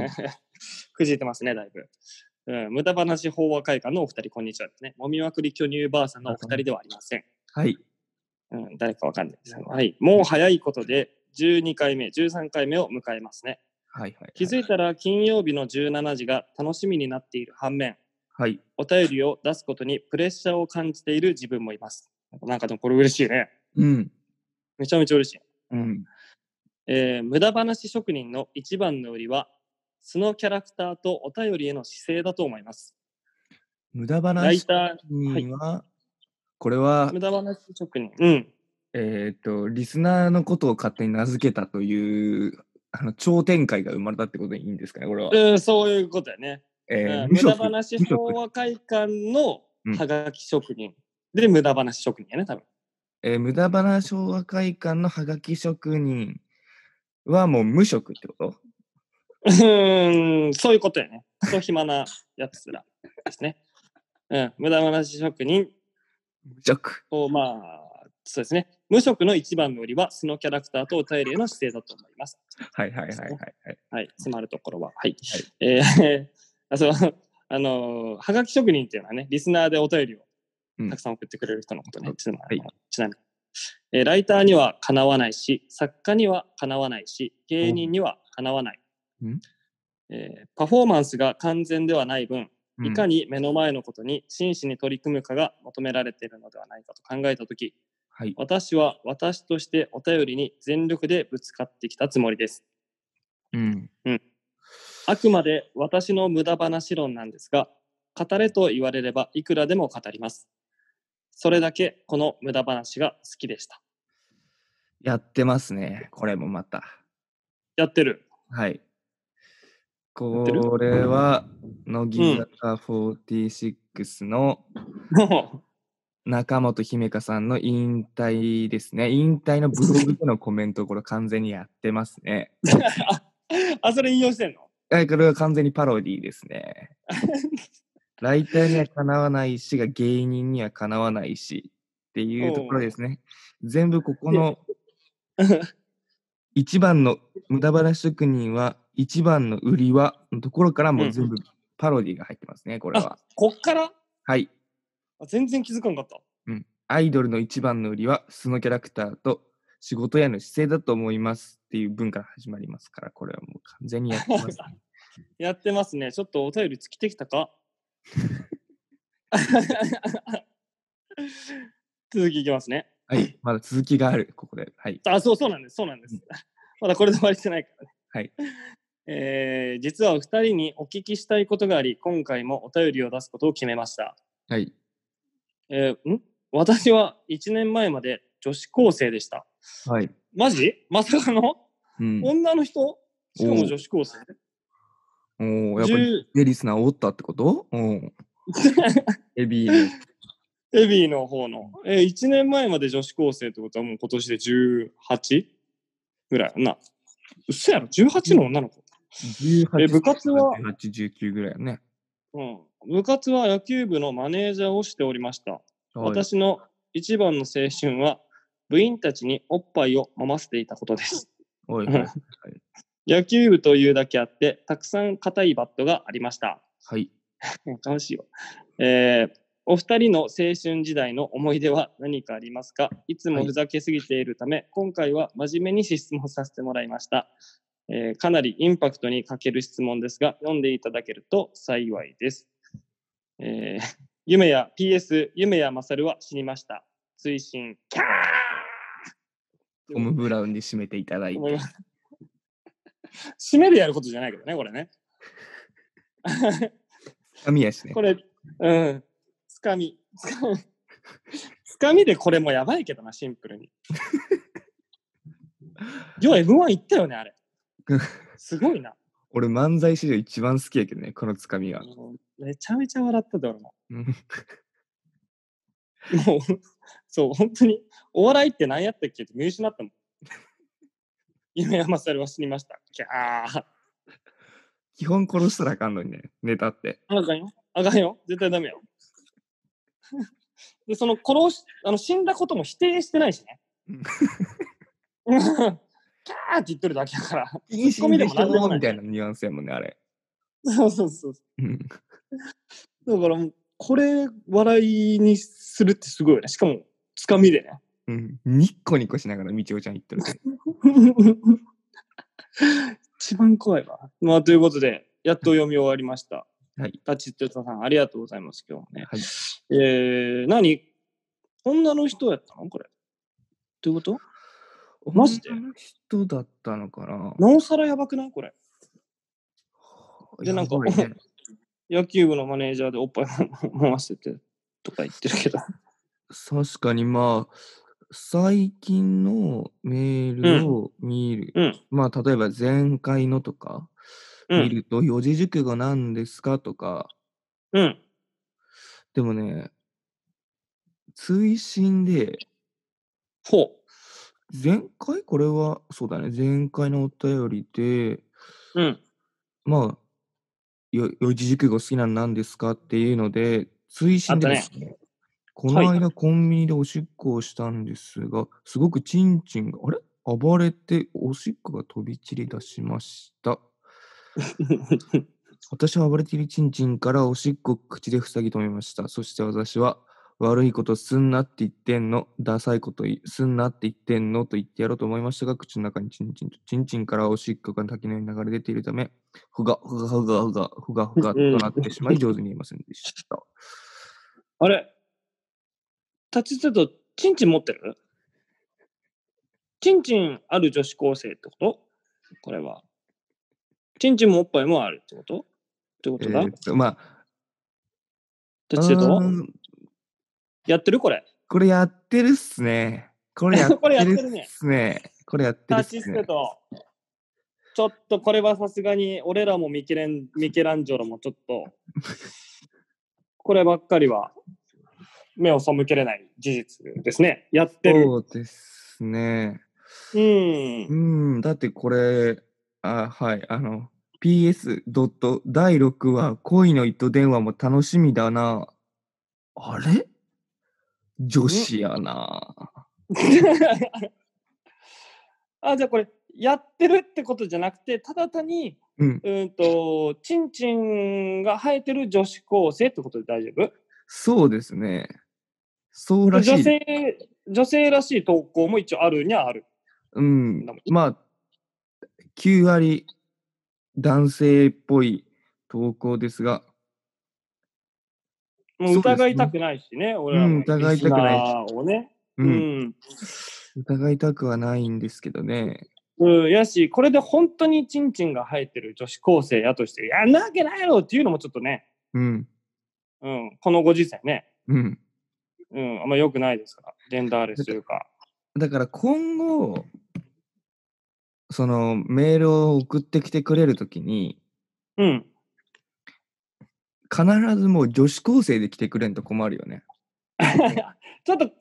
Speaker 2: くじいてますね、だいぶ。うん、無駄話法話会館のお二人、こんにちはですね。もみまくり巨乳ばあさんのお二人ではありません。
Speaker 1: はい。
Speaker 2: うん、誰かわかんないです。はい。もう早いことで、12回目、13回目を迎えますね。
Speaker 1: はいはい。
Speaker 2: 気づいたら金曜日の17時が楽しみになっている反面、
Speaker 1: はい。
Speaker 2: お便りを出すことにプレッシャーを感じている自分もいます。なんかでもこれ嬉しいね。
Speaker 1: うん。
Speaker 2: めちゃめちゃ嬉しい。
Speaker 1: うん。
Speaker 2: えー無駄話職人の一番の売りは、素のキャラクターとお便りへの姿勢だと思います。
Speaker 1: 無駄
Speaker 2: ライ
Speaker 1: 話
Speaker 2: タ
Speaker 1: には、これは
Speaker 2: ー、無駄話職人。うん。
Speaker 1: えーっと、リスナーのことを勝手に名付けたという、あの、超展開が生まれたってことでいいんですかね、これは。
Speaker 2: うん、そういうことやね。
Speaker 1: え
Speaker 2: う
Speaker 1: ー
Speaker 2: ん
Speaker 1: 無
Speaker 2: 無
Speaker 1: 職
Speaker 2: 駄話
Speaker 1: 無職
Speaker 2: 法話会館の
Speaker 1: うん
Speaker 2: はがき職人。で、無駄話職人やね、多分。
Speaker 1: えー無駄花昭和会館のハガキ職人はもう無職ってこと
Speaker 2: うーん、そういうことやね。クソ暇なやつらですね。うん、無駄話職人
Speaker 1: 無職。
Speaker 2: を、まあ、そうですね。無職の一番の売りは、素のキャラクターとお便りへの姿勢だと思います。
Speaker 1: はいはいはいはいはい。
Speaker 2: はい、詰まるところは。はい。えー あそうあのー、はがき職人っていうのはね、リスナーでお便りを
Speaker 1: うん
Speaker 2: たくさん送ってくれる人のことね、
Speaker 1: うん
Speaker 2: つま
Speaker 1: はい
Speaker 2: あのちなみに、えーライターにはかなわないし、作家にはかなわないし、芸人にはかなわない。
Speaker 1: うん
Speaker 2: えーパフォーマンスが完全ではない分、
Speaker 1: うん
Speaker 2: いかに目の前のことに真摯に取り組むかが求められているのではないかと考えたとき、
Speaker 1: はい。
Speaker 2: 私は私としてお便りに全力でぶつかってきたつもりです。
Speaker 1: うん。
Speaker 2: あくまで私の無駄話論なんですが、語れと言われればいくらでも語ります。それだけこの無駄話が好きでした。
Speaker 1: やってますね。これもまた。
Speaker 2: やってる。
Speaker 1: はい。
Speaker 2: やってる
Speaker 1: これは、乃木坂46の
Speaker 2: も
Speaker 1: 中本姫香さんの引退ですね。引退のブログでのコメントをこれ完全にやってますね。
Speaker 2: う ああ、それ引用してんの
Speaker 1: はい、これは完全にパロディーですね。ライターにはかなわないしが芸人にはかなわないしっていうところですね。全部ここの一番の無駄話職人は一番の売りはのところからもう全部パロディーが入ってますね、これは。
Speaker 2: こっから
Speaker 1: はい。
Speaker 2: あ全然気づかんかった。
Speaker 1: アイドルの一番の売りは素のキャラクターと仕事への姿勢だと思いますっていう文から始まりますから、これはもう完全にやって ますね、
Speaker 2: やってますね。ちょっとお便り尽きてきたか 続きいきますね。
Speaker 1: はい。まだ続きがある、ここで。はい。
Speaker 2: あ、そうそうなんです、そうなんです。 まだこれで終わりしてないからね。
Speaker 1: はい。
Speaker 2: えー実はお二人にお聞きしたいことがあり、今回もお便りを出すことを決めました。
Speaker 1: はい。
Speaker 2: えーん私は1年前まで女子高生でした。
Speaker 1: はい。
Speaker 2: マジまさかの、
Speaker 1: うん、
Speaker 2: 女の人しかも女子高生
Speaker 1: おお、やっぱり
Speaker 2: 10
Speaker 1: エリスナーおったってことうん。エビーの
Speaker 2: エビーの方の。えー、1年前まで女子高生ってことはもう今年で 18? ぐらいな。うっせやろ ?18 の女の子。
Speaker 1: 18
Speaker 2: え部活は
Speaker 1: ?18、19ぐらいやね。
Speaker 2: うん。部活は野球部のマネージャーをしておりました。
Speaker 1: はい。
Speaker 2: 私の一番の青春は部員たちにおっぱいを飲ませていたこと です。
Speaker 1: はいはいはい
Speaker 2: 野球部というだけあって、たくさん硬いバットがありました。
Speaker 1: はい。
Speaker 2: うん楽しいわ。えーお二人の青春時代の思い出は何かありますかいつもふざけすぎているため、今回は真面目に質問させてもらいました、えーかなりインパクトに欠ける質問ですが、読んでいただけると幸いです。えー夢や PS、夢やマサルは死にました。追伸、キャー
Speaker 1: トム・ブラウンに締めていただいて。
Speaker 2: 思います。締めでやることじゃないけどね、これね。
Speaker 1: 神やしね
Speaker 2: こ。れ、うん、つかみ。つかみでこれもやばいけどな、シンプルに。よう M1 行ったよね、あれ。すごいな。
Speaker 1: 俺、漫才史上一番好きやけどね、このつかみが。
Speaker 2: めちゃめちゃ笑ったで、俺も。
Speaker 1: うん
Speaker 2: もう、そう、本当に、お笑いって何やったっけって見失ったもん。夢山さるは死にました。キャー。
Speaker 1: 基本殺したらあかんのにね、ネタって。
Speaker 2: あかんよ。あかんよ。絶対ダメよ。で、その殺し、あの死んだことも否定してないしね。 キャーって言ってるだけだから。
Speaker 1: いい
Speaker 2: ツッコミでもなんでもない
Speaker 1: みたいなニュアンスやもんね、あれ。
Speaker 2: そうそうそう。
Speaker 1: うん。
Speaker 2: だからもう、これ、笑いにするってすごいよね。しかも、つかみでね。
Speaker 1: うん。ニッコニコしながらみちおちゃん言ってる。
Speaker 2: 一番怖いわ。まあ、ということで、やっと読み終わりました。
Speaker 1: はい。
Speaker 2: タチットさん、ありがとうございます、今日 もね。
Speaker 1: はい。
Speaker 2: えー、何女の人やったのこれ。どういうことマジで
Speaker 1: 女の人だったのかな
Speaker 2: なおさらやばくないこれ。で
Speaker 1: や
Speaker 2: なんか
Speaker 1: ばいね
Speaker 2: 野球部のマネージャーでおっぱいも飲ませてとか言ってるけど。
Speaker 1: 確かにまあ最近のメールを見る。
Speaker 2: うん
Speaker 1: まあ、例えば前回のとか、
Speaker 2: うん
Speaker 1: 見ると、四字熟語なんですかとか、
Speaker 2: うん。
Speaker 1: でもね、追伸で、
Speaker 2: ほう。
Speaker 1: 前回これは、そうだね、前回のお便りで、
Speaker 2: うん。
Speaker 1: まあ、よ四字熟語好きなのなんですかっていうので、追伸でですね、この間コンビニでおしっこをしたんですが、すごくチンチンが、あれ暴れておしっこが飛び散り出しました。私は暴れているチンチンからおしっこを口で塞ぎ止めました。そして私は、悪いことすんなって言ってんの、ダサいこといすんなって言ってんのと言ってやろうと思いましたが、口の中にチンチンと、チンチンからおしっこが滝のように流れ出ているため、ふがふがふがふがふがふがとなってしまい、上手に言えませんでした。
Speaker 2: あれ立ちつと、チンチン持ってるチンチンある女子高生ってことこれは。チンチンもおっぱいもあるってことってことだ、
Speaker 1: えーっとまあ、
Speaker 2: 立ちつと
Speaker 1: うーん
Speaker 2: やってるこれ。
Speaker 1: これやってるっすね。これや
Speaker 2: これや
Speaker 1: っ
Speaker 2: ってて
Speaker 1: る
Speaker 2: るね
Speaker 1: っすね。 これやってるっ
Speaker 2: 立
Speaker 1: す
Speaker 2: ち
Speaker 1: ね。
Speaker 2: つと。ちょっとこれはさすがに、俺らもミケレンミケランジョロもちょっ と、こればっかりは目を背けれない事実ですね。やってる。
Speaker 1: そうですね。
Speaker 2: うん
Speaker 1: う。ん、だってこれ、あはい、あの、PS. 第6話、恋の糸電話も楽しみだな。あれ女子やな。
Speaker 2: あじゃあこれやってるってことじゃなくてただ単に
Speaker 1: うん、
Speaker 2: うーんとチンチンが生えてる女子高生ってことで大丈夫
Speaker 1: そうですね。そうらし
Speaker 2: 女
Speaker 1: い。
Speaker 2: 性女性らしい投稿も一応あるにはある。
Speaker 1: うん
Speaker 2: だもん、
Speaker 1: まあ、9割男性っぽい投稿ですが、
Speaker 2: もう
Speaker 1: そうですね
Speaker 2: 疑いたくないしね、俺ら
Speaker 1: うん
Speaker 2: も
Speaker 1: 疑いたくない
Speaker 2: リスナーをね。
Speaker 1: う、
Speaker 2: うんん、
Speaker 1: 疑いたくはないんですけどね。
Speaker 2: うん、やし、これで本当にチンチンが生えてる女子高生やとして、いや、んなわけないやろっていうのもちょっとね、
Speaker 1: うん、
Speaker 2: うん、このご時世ね、
Speaker 1: うん。
Speaker 2: うん、あんま良くないですから、ジェンダーレスというか。
Speaker 1: だから今後、そのメールを送ってきてくれるときに、
Speaker 2: うん、
Speaker 1: 必ずもう女子高生で来てくれんと困るよね。
Speaker 2: ちょっと、ちょっ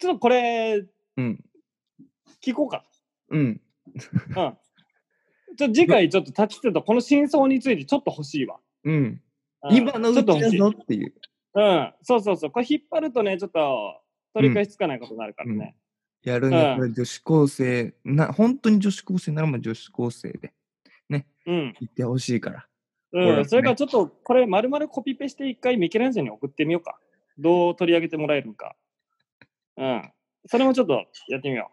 Speaker 2: とこれ、
Speaker 1: うん。
Speaker 2: 聞こうか。
Speaker 1: うん。
Speaker 2: うん。ちょ次回、ちょっと立ちつと、この真相についてちょっと欲しいわ。
Speaker 1: うん。
Speaker 2: うん
Speaker 1: 今のうち
Speaker 2: ちょっと
Speaker 1: だ
Speaker 2: 欲しい。う
Speaker 1: ぞ
Speaker 2: ん。
Speaker 1: っていう。
Speaker 2: そうそうそう。これ引っ張るとね、ちょっと取り返しつかないことになるからね。
Speaker 1: やるんだったら女子高生、な、本当に女子高生ならもう女子高生で
Speaker 2: うん。
Speaker 1: 行ってほしいから。
Speaker 2: うん。
Speaker 1: うん
Speaker 2: それからちょっと、これ、丸々コピペして一回ミケランジェに送ってみようか。どう取り上げてもらえるのか。うん。それもちょっとやってみよう。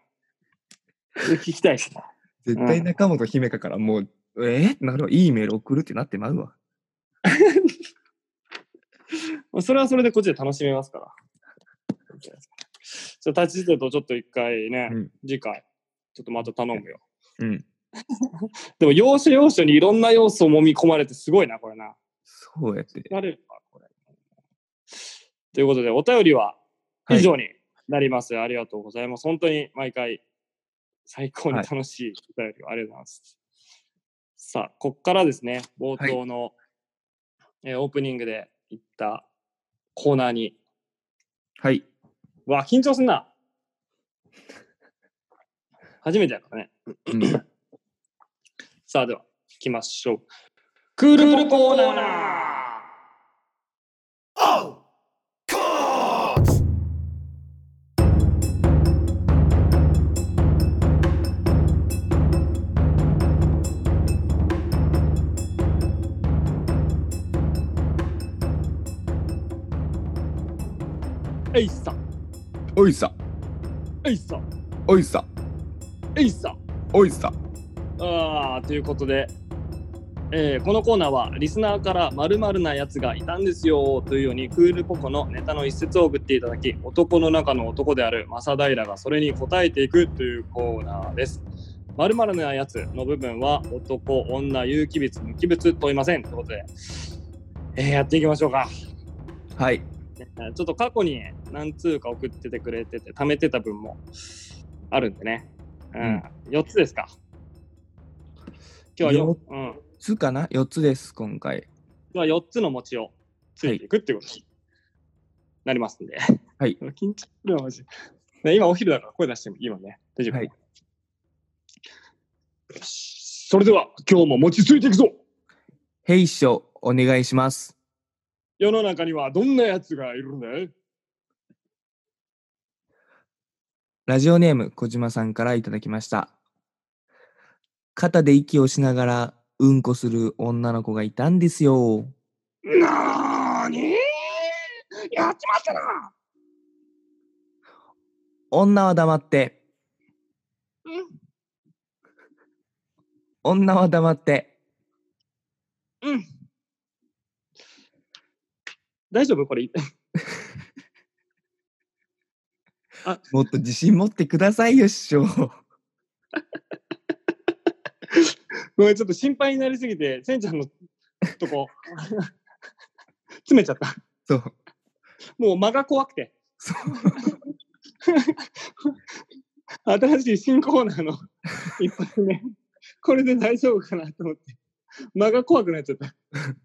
Speaker 2: 聞きたいですね。
Speaker 1: 絶対中本姫香からもう、えー、なるわ、いいメール送るってなってまうわ。
Speaker 2: それはそれでこっちで楽しめますから。そう立ち姿勢とちょっと一回ね、
Speaker 1: うん
Speaker 2: 次回、ちょっとまた頼むよ。
Speaker 1: うん。
Speaker 2: でも、要所要所にいろんな要素を揉み込まれてすごいな、これな。
Speaker 1: そうやって。
Speaker 2: なれるか、これ。ということで、お便りは以上になります。ありがとうございます。本当に毎回、最高に楽しいお便りをありがとうございます。さあ、こっからですね、冒頭の、えーオープニングで言ったコーナーに
Speaker 1: はい。
Speaker 2: わ、緊張すんな。初めてやからね。
Speaker 1: うん
Speaker 2: さあ、では、行きましょう。クールコーナーえいさ、
Speaker 1: おいさ、
Speaker 2: えいさ、
Speaker 1: おいさ、
Speaker 2: えいさ。
Speaker 1: おいさ。
Speaker 2: あーということで、えーこのコーナーはリスナーから〇〇なやつがいたんですよというようにクールポコのネタの一節を送っていただき男の中の男である正平がそれに答えていくというコーナーです。〇〇なやつの部分は男、女、有機物、無機物問いませんということで、えーやっていきましょうか。
Speaker 1: はい。
Speaker 2: えーちょっと過去に何通か送っててくれてて、貯めてた分もあるんでね。うん。4つですか。今日は 4,
Speaker 1: よ
Speaker 2: うん、
Speaker 1: つかな ?4 つです、今回。
Speaker 2: 今日は4つの餅をついていくっていうことになりますんで。
Speaker 1: はい
Speaker 2: 緊張するわ、マジ。ね今お昼だから声出してもいいわね。大丈夫。
Speaker 1: はい
Speaker 2: よしそれでは今日も餅ついていくぞ
Speaker 1: 兵書お願いします。
Speaker 2: 世の中にはどんなやつがいるんだい
Speaker 1: ラジオネーム小島さんからいただきました。肩で息をしながらうんこする女の子がいたんですよ。
Speaker 2: なーにやっちまったな
Speaker 1: 女は黙って。
Speaker 2: うん
Speaker 1: 女は黙って。
Speaker 2: 大丈夫これ。
Speaker 1: もっと自信持ってくださいよ、師匠。
Speaker 2: ごめん、ちょっと心配になりすぎて、せんちゃんのとこ、 詰めちゃった。
Speaker 1: そう。
Speaker 2: もう間が怖くて。
Speaker 1: そう
Speaker 2: 新しい新コーナーの一発目。これで大丈夫かなと思って。間が怖くなっちゃった。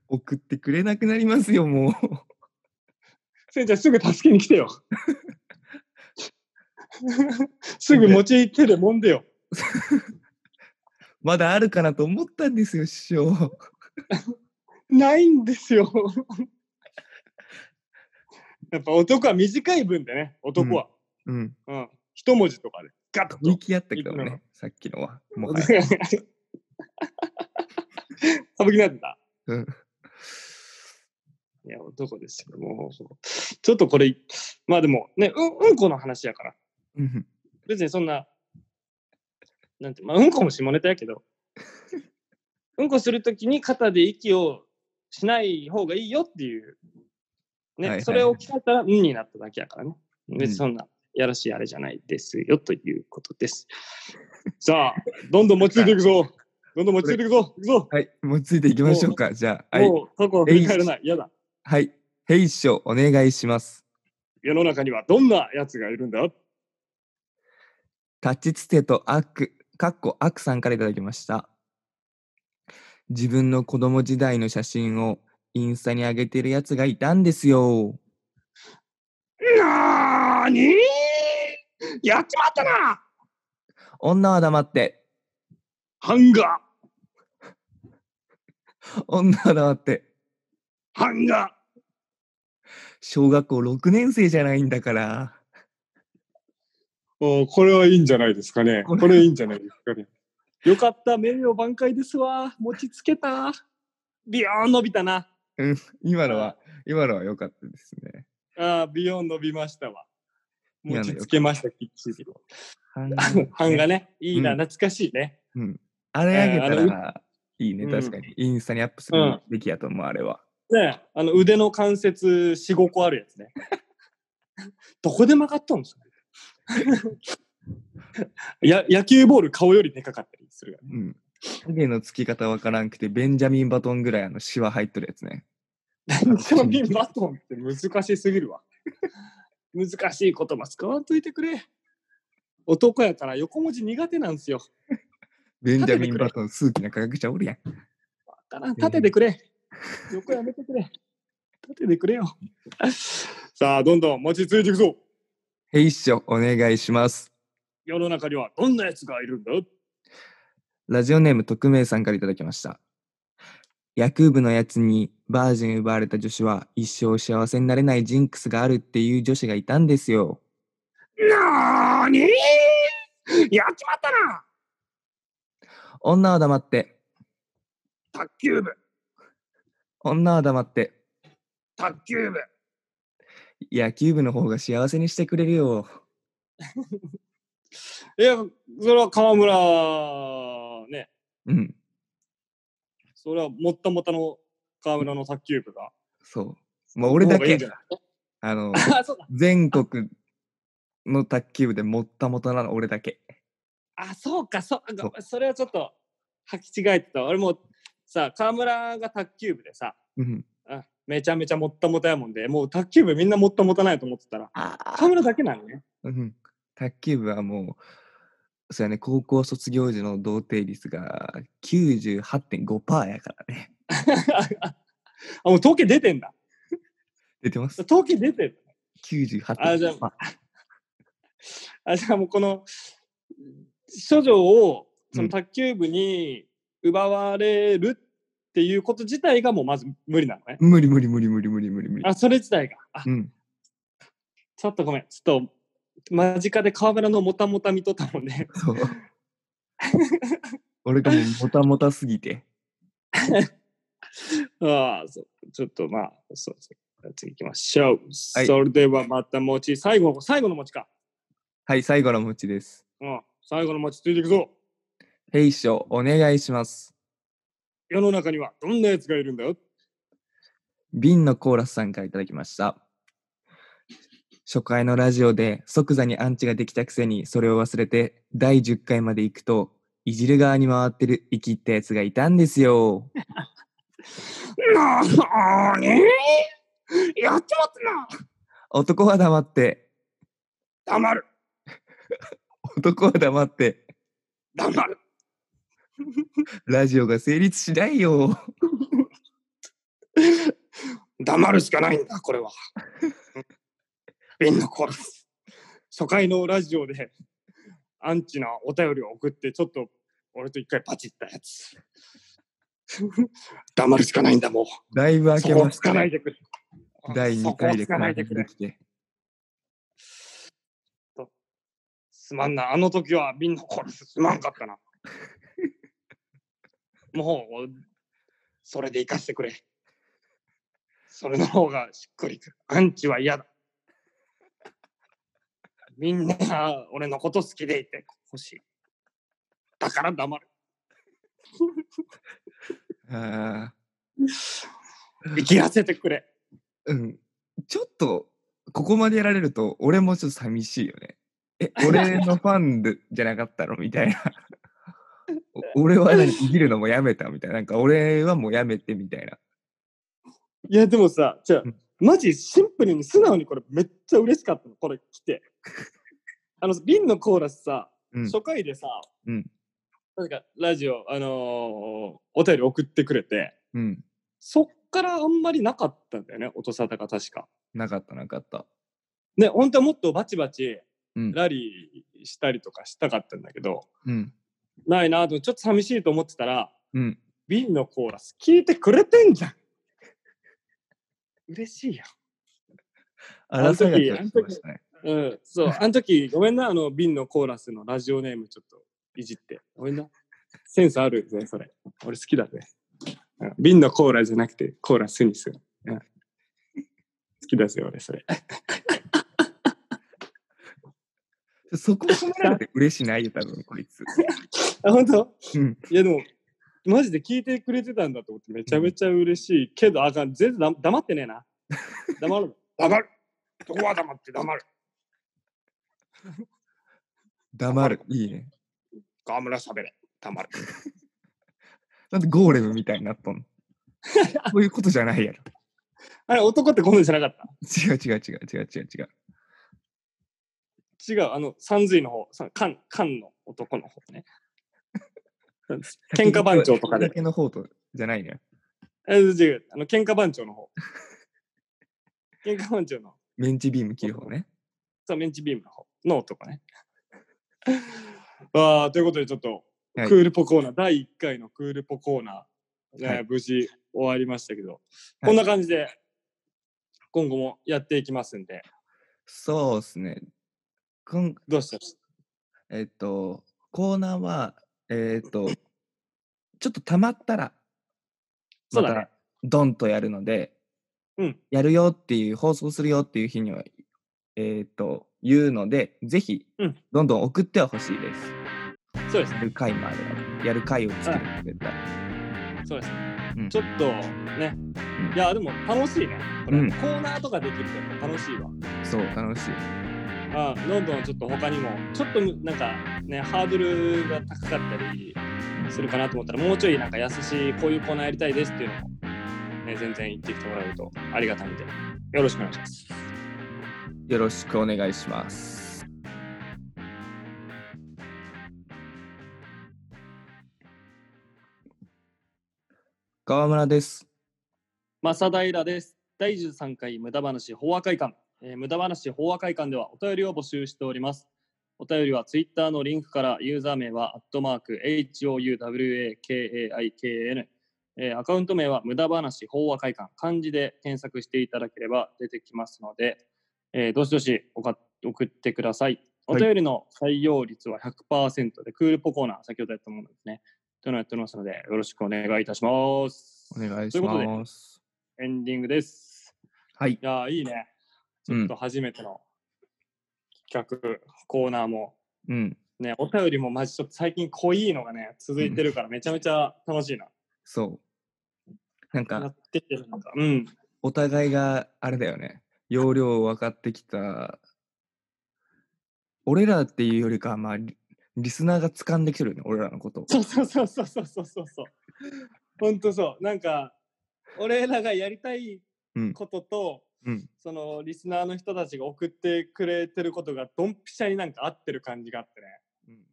Speaker 1: 送ってくれなくなりますよ、もう。
Speaker 2: せんちゃん、すぐ助けに来てよ。すぐ持ち手で揉んでよ。
Speaker 1: まだあるかなと思ったんですよ、師匠。
Speaker 2: ないんですよ。 やっぱ男は短い分でね、男は。
Speaker 1: うん。
Speaker 2: うん。一文字とかで、ガッと。
Speaker 1: 見き合ったけどね、さっきのは。もはや。
Speaker 2: 歌舞伎になってた。
Speaker 1: うん
Speaker 2: いや、男ですよ。もう、そうちょっとこれ、まあでも、ね、うん、うんこの話やから。
Speaker 1: うん
Speaker 2: 別にそんな、なんて、まあ、うんこも下ネタや けど、うんこするときに肩で息をしない方がいいよっていう、ね、
Speaker 1: はいはいはい
Speaker 2: それを聞かれたら、うんになっただけやからね。別にそんな、やらしいあれじゃないですよということです。 さあ、どんどん持ちついていくぞ。どんどん持ちついていくぞ。行くぞ。
Speaker 1: はい、もうついていきましょうか。じゃあ、はい。
Speaker 2: もう過去を振り返らない。嫌だ。
Speaker 1: はい。兵士をお願いします。
Speaker 2: 世の中にはどんなやつがいるんだ
Speaker 1: 立ちつてとアック、かっこアクさんからいただきました。自分の子供時代の写真をインスタに上げてるやつがいたんですよ。
Speaker 2: なーにやっちまったな
Speaker 1: 女は黙って、
Speaker 2: ハンガ
Speaker 1: 女は黙って、
Speaker 2: ー、ハンガー。
Speaker 1: 小学校6年生じゃないんだから。
Speaker 2: おこれはいいんじゃないですかね。
Speaker 1: これ
Speaker 2: これいいんじゃないですかね。 よかった、名誉挽回ですわ。持ちつけた。ビヨーン伸びたな。
Speaker 1: 今のは、今のは良かったですね。
Speaker 2: あービヨーン伸びましたわ。
Speaker 1: い
Speaker 2: 持
Speaker 1: や
Speaker 2: ちつけました、きっちり。版
Speaker 1: 版
Speaker 2: がね、いいな、
Speaker 1: うん
Speaker 2: 懐かしいね。
Speaker 1: あれ上げた
Speaker 2: えー
Speaker 1: らいいね、
Speaker 2: うん
Speaker 1: 確かに。インスタにアップするべきやと思う、あれは。
Speaker 2: ねえあの腕の関節4、5個あるやつね。 どこで曲がったんですか や 野球ボール顔よりでかかったりするよね。
Speaker 1: うん。影のつき方わからんくて、ベンジャミンバトンぐらいあのシワ入っとるやつ ね。
Speaker 2: ジャミンバトンって難しすぎるわ。難しい言葉使わんといてくれ。男やから横文字苦手なんですよ。
Speaker 1: ベンジャミンバトン数奇な科学者おるやん。
Speaker 2: だから立ててくれ。横やめてくれ。立ててくれよ。さあ、どんどん餅ついていくぞ。
Speaker 1: 兵士長お願いします。
Speaker 2: 世の中にはどんなやつがいるんだ
Speaker 1: ラジオネーム特命さんからいただきました。野球部のやつにバージン奪われた女子は一生幸せになれないジンクスがあるっていう女子がいたんですよ。
Speaker 2: なーにやっちまったな
Speaker 1: 女は黙って、
Speaker 2: 卓球部、
Speaker 1: 女は黙って、
Speaker 2: 卓球部。
Speaker 1: 野球部の方が幸せにしてくれるよ。
Speaker 2: いや、それは河村、ね、
Speaker 1: うん、
Speaker 2: それはもったもたの河村の卓球部が。
Speaker 1: そう。まあ、俺だ
Speaker 2: の方がい
Speaker 1: け
Speaker 2: いんじゃ、ない
Speaker 1: あの、
Speaker 2: あ、そうだ。
Speaker 1: 全国の卓球部でもったもたなの俺だけ。
Speaker 2: あ、そうか、そうあごめん、それはちょっと履き違えてた。俺もさ、河村が卓球部でさ、
Speaker 1: うん、
Speaker 2: あめちゃめちゃもったもたやもんで、もう卓球部みんなもったもたないと思ってたら、
Speaker 1: あ
Speaker 2: 河村だけなのね。
Speaker 1: うん。卓球部はもう、そうやね、高校卒業時の同定率が98.5%やからね。
Speaker 2: あ、もう統計出てんだ。
Speaker 1: 出て ます。
Speaker 2: 統計出てる。あじゃ
Speaker 1: 98.5%。
Speaker 2: あ、じゃあもうこの、処女を、そうの
Speaker 1: ん
Speaker 2: 卓球部に奪われるっていうこと自体がもうまず無理なのね。
Speaker 1: 無理無理無理無理無理無理無理。
Speaker 2: あ、それ自体が。あ、
Speaker 1: うん。
Speaker 2: ちょっとごめん。ちょっと、間近で河村のもたもた見とったもんね。
Speaker 1: そう。俺がもうもたもたすぎて。
Speaker 2: ああ、そうちょっとまあ、そうそう。次行きましょう。
Speaker 1: はい
Speaker 2: それではまた餅、最後の、最後の餅か。
Speaker 1: はい、最後の餅です。
Speaker 2: うん、最後の餅ついていくぞ。
Speaker 1: 兵士をお願いします。
Speaker 2: 世の中にはどんなやつがいるんだよ。
Speaker 1: 瓶のコーラスさんからいただきました。初回のラジオで即座にアンチができたくせにそれを忘れて第10回まで行くといじる側に回ってる生きったやつがいたんですよ。
Speaker 2: なあにやっちまってな
Speaker 1: 男は黙って、
Speaker 2: 黙る
Speaker 1: 男は黙って、
Speaker 2: 黙る
Speaker 1: ラジオが成立しないよ。
Speaker 2: 黙るしかないんだ、これは。みんなコーラス。初回のラジオで、アンチなお便りを送って、ちょっと、俺と一回パチった やつ。黙るしかないんだ、もう。
Speaker 1: だいぶ明
Speaker 2: そ
Speaker 1: け
Speaker 2: こを
Speaker 1: ま
Speaker 2: つ
Speaker 1: し
Speaker 2: か
Speaker 1: た
Speaker 2: な
Speaker 1: ね、
Speaker 2: いでくれ。
Speaker 1: 第
Speaker 2: そ
Speaker 1: 2
Speaker 2: こを
Speaker 1: 回
Speaker 2: つ
Speaker 1: で
Speaker 2: かない
Speaker 1: 完
Speaker 2: で
Speaker 1: 結
Speaker 2: く
Speaker 1: で
Speaker 2: れ。
Speaker 1: きて。
Speaker 2: すまんな、あの時はみんなコーラスすまんかった な。もう、それで生かしてくれ。それの方がしっくりくる。アンチは嫌だ。みんな俺のこと好きでいてほしい。だから黙る。
Speaker 1: ああ、
Speaker 2: 生きらせてくれ。
Speaker 1: うん。ちょっと、ここまでやられると、俺もちょっと寂しいよね。 え、俺のファンでじゃなかったのみたいな。お俺は何生きるのもやめたみたいな。なんか俺はもうやめてみたいな。
Speaker 2: いや、でもさ、じゃあ
Speaker 1: うん、
Speaker 2: マジシンプルに素直にこれめっちゃ嬉しかったの、これ来て。あの、瓶のコーラスさ、
Speaker 1: うん。
Speaker 2: 初回でさ、
Speaker 1: うん
Speaker 2: なんかラジオ、あのーお便り送ってくれて、
Speaker 1: うん。
Speaker 2: そっからあんまりなかったんだよね、音沙汰が確か。
Speaker 1: なかったなかった。
Speaker 2: ね、本当はもっとバチバチ
Speaker 1: うん。
Speaker 2: ラリーしたりとかしたかったんだけど、
Speaker 1: うん。
Speaker 2: ないなと、ちょっと寂しいと思ってたら、
Speaker 1: うん。
Speaker 2: ビンのコーラス聞いてくれてんじゃん。嬉しいよ。の時
Speaker 1: 争いがちょっとしましたね。
Speaker 2: うん、そう、 あの時、ごめんな、あの、ビンのコーラスのラジオネームちょっといじって。ごめんな。センスあるぜ、それ。俺好きだね。うんビンのコーラじゃなくて、コーラスにする。うん、好きだぜ、俺、それ。
Speaker 1: そこ褒められて嬉しないよ、多分こいつ。
Speaker 2: あ、本当
Speaker 1: うん。
Speaker 2: いや、でも、マジで聞いてくれてたんだと思って、めちゃめちゃ嬉しいけど、あかん、全然だ黙ってねえな。黙る。黙る。どこは黙って黙る。
Speaker 1: 黙る。いいね。
Speaker 2: 河村喋れ。黙る。
Speaker 1: なんでゴーレムみたいにな ったのそういうことじゃないやろ。
Speaker 2: あれ、男ってこんなんじゃなかっ
Speaker 1: 違う違う違う違う違う違う。
Speaker 2: た。違う、あの、三髄の方、さ缶、缶の男の方ね。 喧嘩番長とかで
Speaker 1: だ。けの方とじゃないね。
Speaker 2: え違う、あの、喧嘩番長 の方。喧嘩番長の、
Speaker 1: メンチビーム切る方ね。
Speaker 2: そう、メンチビームの方の男ね。 ああ、ということで、ちょっと、
Speaker 1: はい
Speaker 2: クールポコーナー、第1回のクールポコーナー、ね
Speaker 1: はい
Speaker 2: 無事終わりましたけど、こんな感じで、今後もやっていきますんで、
Speaker 1: そうですね。こん
Speaker 2: どうした
Speaker 1: えっと、コーナーは、えっと、ちょっとたまったら、
Speaker 2: そ
Speaker 1: ま
Speaker 2: うだね
Speaker 1: たドンとやるので、
Speaker 2: うん
Speaker 1: やるよっていう、放送するよっていう日には、えっと、言うので、ぜひ
Speaker 2: うん、
Speaker 1: どんどん送ってはほしいです。
Speaker 2: そうです
Speaker 1: やる回もあれば、やる回を作る絶対。
Speaker 2: そうですね、
Speaker 1: うん
Speaker 2: ちょっとね、
Speaker 1: うん
Speaker 2: いやでも楽しいねこれ、
Speaker 1: うん
Speaker 2: コーナーとかできるとやっぱ楽しいわ
Speaker 1: そう、楽しい。
Speaker 2: あどんどんちょっと他にもちょっとなんかねハードルが高かったりするかなと思ったらもうちょいなんか優しいこういうコーナーやりたいですっていうのもね、全然行ってきてもらえるとありがたいんで、よろしくお願いします。
Speaker 1: よろしくお願いします。川村です。
Speaker 2: 正平です。第13回無駄話法話会館、えー無駄話法話会館ではお便りを募集しております。お便りは Twitter のリンクからユーザー名はアットマーク HOUWAKAIKN、えーアカウント名は無駄話法話会館漢字で検索していただければ出てきますので、えーどしどしおか送ってください。お
Speaker 1: はい
Speaker 2: 便りの採用率は100%で、クールポコーナー、先ほどやったものですね。というのをやっておりますので、よろしくお願いいたします。
Speaker 1: お願い
Speaker 2: と
Speaker 1: し
Speaker 2: いうことで、
Speaker 1: ます。
Speaker 2: エンディングです。
Speaker 1: はい
Speaker 2: い。やー、いいね。ち
Speaker 1: う
Speaker 2: ょっ
Speaker 1: ん
Speaker 2: と初めての企画、コーナーも、
Speaker 1: うん。
Speaker 2: ね、お便りもマジちょっと最近濃いのがね、続いてるから、めちゃめちゃ楽しいな。
Speaker 1: そう。なん
Speaker 2: や
Speaker 1: か、
Speaker 2: ってってるのか。うん。
Speaker 1: お互いがあれだよね。容量を分かってきた。俺らっていうよりかは、まあ、リリスナーが掴んできてるよね、俺らのことを。
Speaker 2: そうそうそうそうそうそうそうそう。ほんとそう。なんか、俺らがやりたい
Speaker 1: うん
Speaker 2: ことと、
Speaker 1: うん
Speaker 2: そのリスナーの人たちが送ってくれてることがドンピシャになんか合ってる感じがあってね。
Speaker 1: うん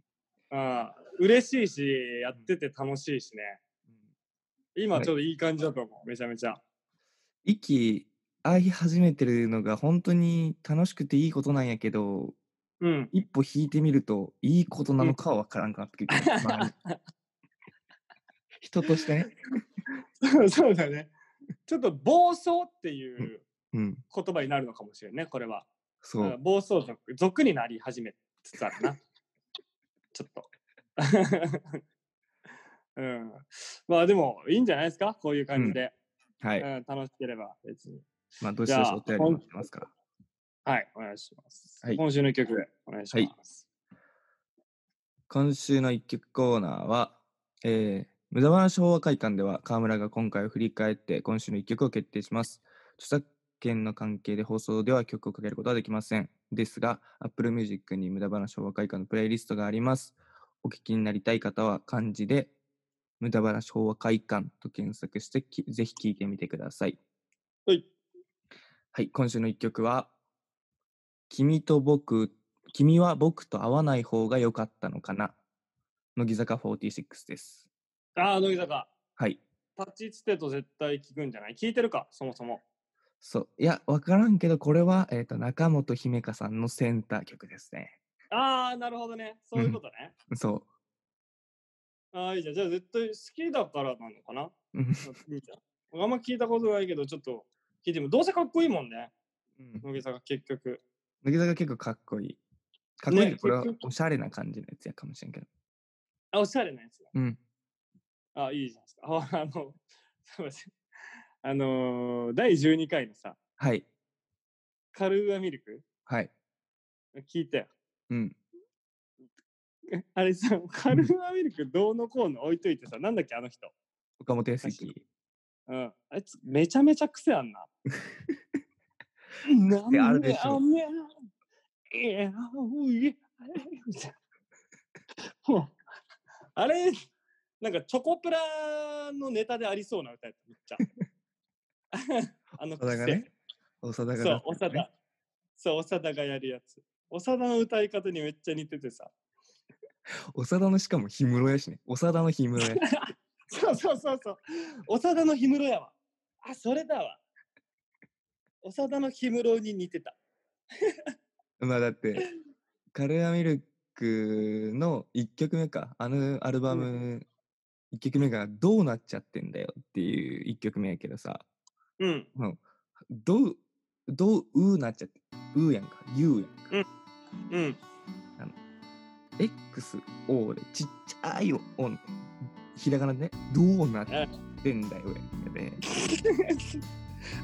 Speaker 2: あ嬉しいし、やってて楽しいしね。今
Speaker 1: はい
Speaker 2: ちょうどいい感じだと思う、めちゃめちゃ。
Speaker 1: 息合い始めてるのが本当に楽しくていいことなんやけど、
Speaker 2: うん。
Speaker 1: 一歩引いてみるといいことなのかは分からんくなってくる、周り 人としてね。
Speaker 2: そうだね。ちょっと暴走っていう
Speaker 1: うん、
Speaker 2: 言葉になるのかもしれんね、これは。
Speaker 1: そう
Speaker 2: うん暴走族、族になり始めつつあ るな。ちょっと。 うん、まあでもいいんじゃないですかこういう感じで、
Speaker 1: は
Speaker 2: う
Speaker 1: い、
Speaker 2: ん楽しければ別に
Speaker 1: まあどし
Speaker 2: じゃ
Speaker 1: ど
Speaker 2: あ
Speaker 1: しお便り待ってますから
Speaker 2: はいお願いします、
Speaker 1: はい
Speaker 2: 今週の曲お願いします、
Speaker 1: 今週の一曲コーナーは、えー、無駄話昭和会館では河村が今回を振り返って今週の一曲を決定します。著作権の関係で放送では曲をかけることはできません。ですが、Apple Music に無駄話昭和会館のプレイリストがあります。お聞きになりたい方は漢字で無駄話昭和会館と検索してきぜひ聴いてみてください。
Speaker 2: はい。
Speaker 1: はい、今週の一曲は君と僕、君は僕と会わない方が良かったのかな。乃木坂46です。
Speaker 2: ああ乃木坂
Speaker 1: はい。
Speaker 2: 立ちつてと絶対聞くんじゃない聞いてるかそもそも
Speaker 1: そう。いや、わからんけど、これは、えっ、と、中本姫香さんのセンター曲ですね。
Speaker 2: ああなるほどねそういうことね、
Speaker 1: そ
Speaker 2: ああいいじゃんじゃあ絶対好きだからなのかな
Speaker 1: う。うん
Speaker 2: いいじゃんあんま聞いたことないけどちょっと聞いてもどうせかっこいいもんね
Speaker 1: うん
Speaker 2: 乃木坂結局
Speaker 1: 乃木坂結構かっこいい。かっこいい、
Speaker 2: ね
Speaker 1: これは
Speaker 2: 結局
Speaker 1: おしゃれな感じのやつやかもしれんけど。
Speaker 2: あおしゃれなやつだ
Speaker 1: うん。
Speaker 2: あ、いいじゃないですか。あ、あの、 すいません。あのー第12回のさ、
Speaker 1: はい。
Speaker 2: カルーアミルク
Speaker 1: はい。
Speaker 2: 聞いたよ。
Speaker 1: うん。
Speaker 2: えあれさ、カルーアミルクどうのこうの置いといてさ、なんだっけ、あの人。
Speaker 1: 岡本康之。
Speaker 2: うん。あいつ、めちゃめちゃ癖あんな。なん
Speaker 1: あるでしょ
Speaker 2: あめいや、ういや、みたいな。もう、あれ、なんかチョコプラのネタでありそうな歌やった、めっちゃ。あの
Speaker 1: 長田が
Speaker 2: 癖
Speaker 1: ね。。長田が
Speaker 2: そう、
Speaker 1: なってる
Speaker 2: 長
Speaker 1: ね
Speaker 2: 田。そう、長田がやるやつ。長田の歌い方にめっちゃ似ててさ。
Speaker 1: 長田のしかも氷室やしね。長田の氷室や。
Speaker 2: そうそうそうそう。長田の氷室やわ。あ、それだわ。長田の氷室に似てた。
Speaker 1: まあだって、カレーミルクの1曲目か、あのアルバム1曲目がどうなっちゃってんだよっていう1曲目やけどさ、
Speaker 2: うん。
Speaker 1: どう、どう、うーなっちゃって、うーやんか、ゆうやんか、
Speaker 2: うん。
Speaker 1: X、O でちっちゃいおん、ひらがなでね、どうなっちゃってんだよやんかで、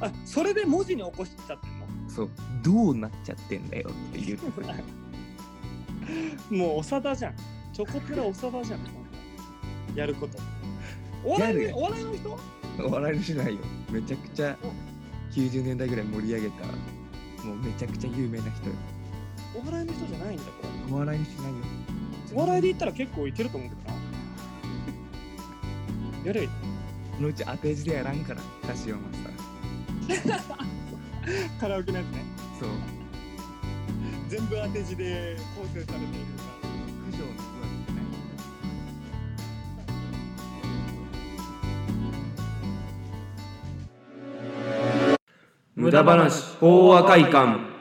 Speaker 2: あ、それで文字に起こしちゃってんの
Speaker 1: そう、どうなっちゃってんだよっていうところ。
Speaker 2: もう長田じゃん。チョコプラ長田じゃん。やること。お
Speaker 1: や
Speaker 2: 笑
Speaker 1: る
Speaker 2: い
Speaker 1: よ
Speaker 2: のお笑いの人
Speaker 1: お笑いのしないよ。めちゃくちゃ90年代ぐらい盛り上げた、もうめちゃくちゃ有名な人よ。
Speaker 2: お笑いの人じゃないんだ、これ。
Speaker 1: お笑いにしないよ。
Speaker 2: お笑いで言ったら結構いけると思うけどな。やればいい。
Speaker 1: のうち当て字でやらんから歌詞読ませたら
Speaker 2: カラオケのやつね。
Speaker 1: そう
Speaker 2: 全部当て字で構成されているか
Speaker 1: 九条の句は言ってない
Speaker 3: 無駄話法話会館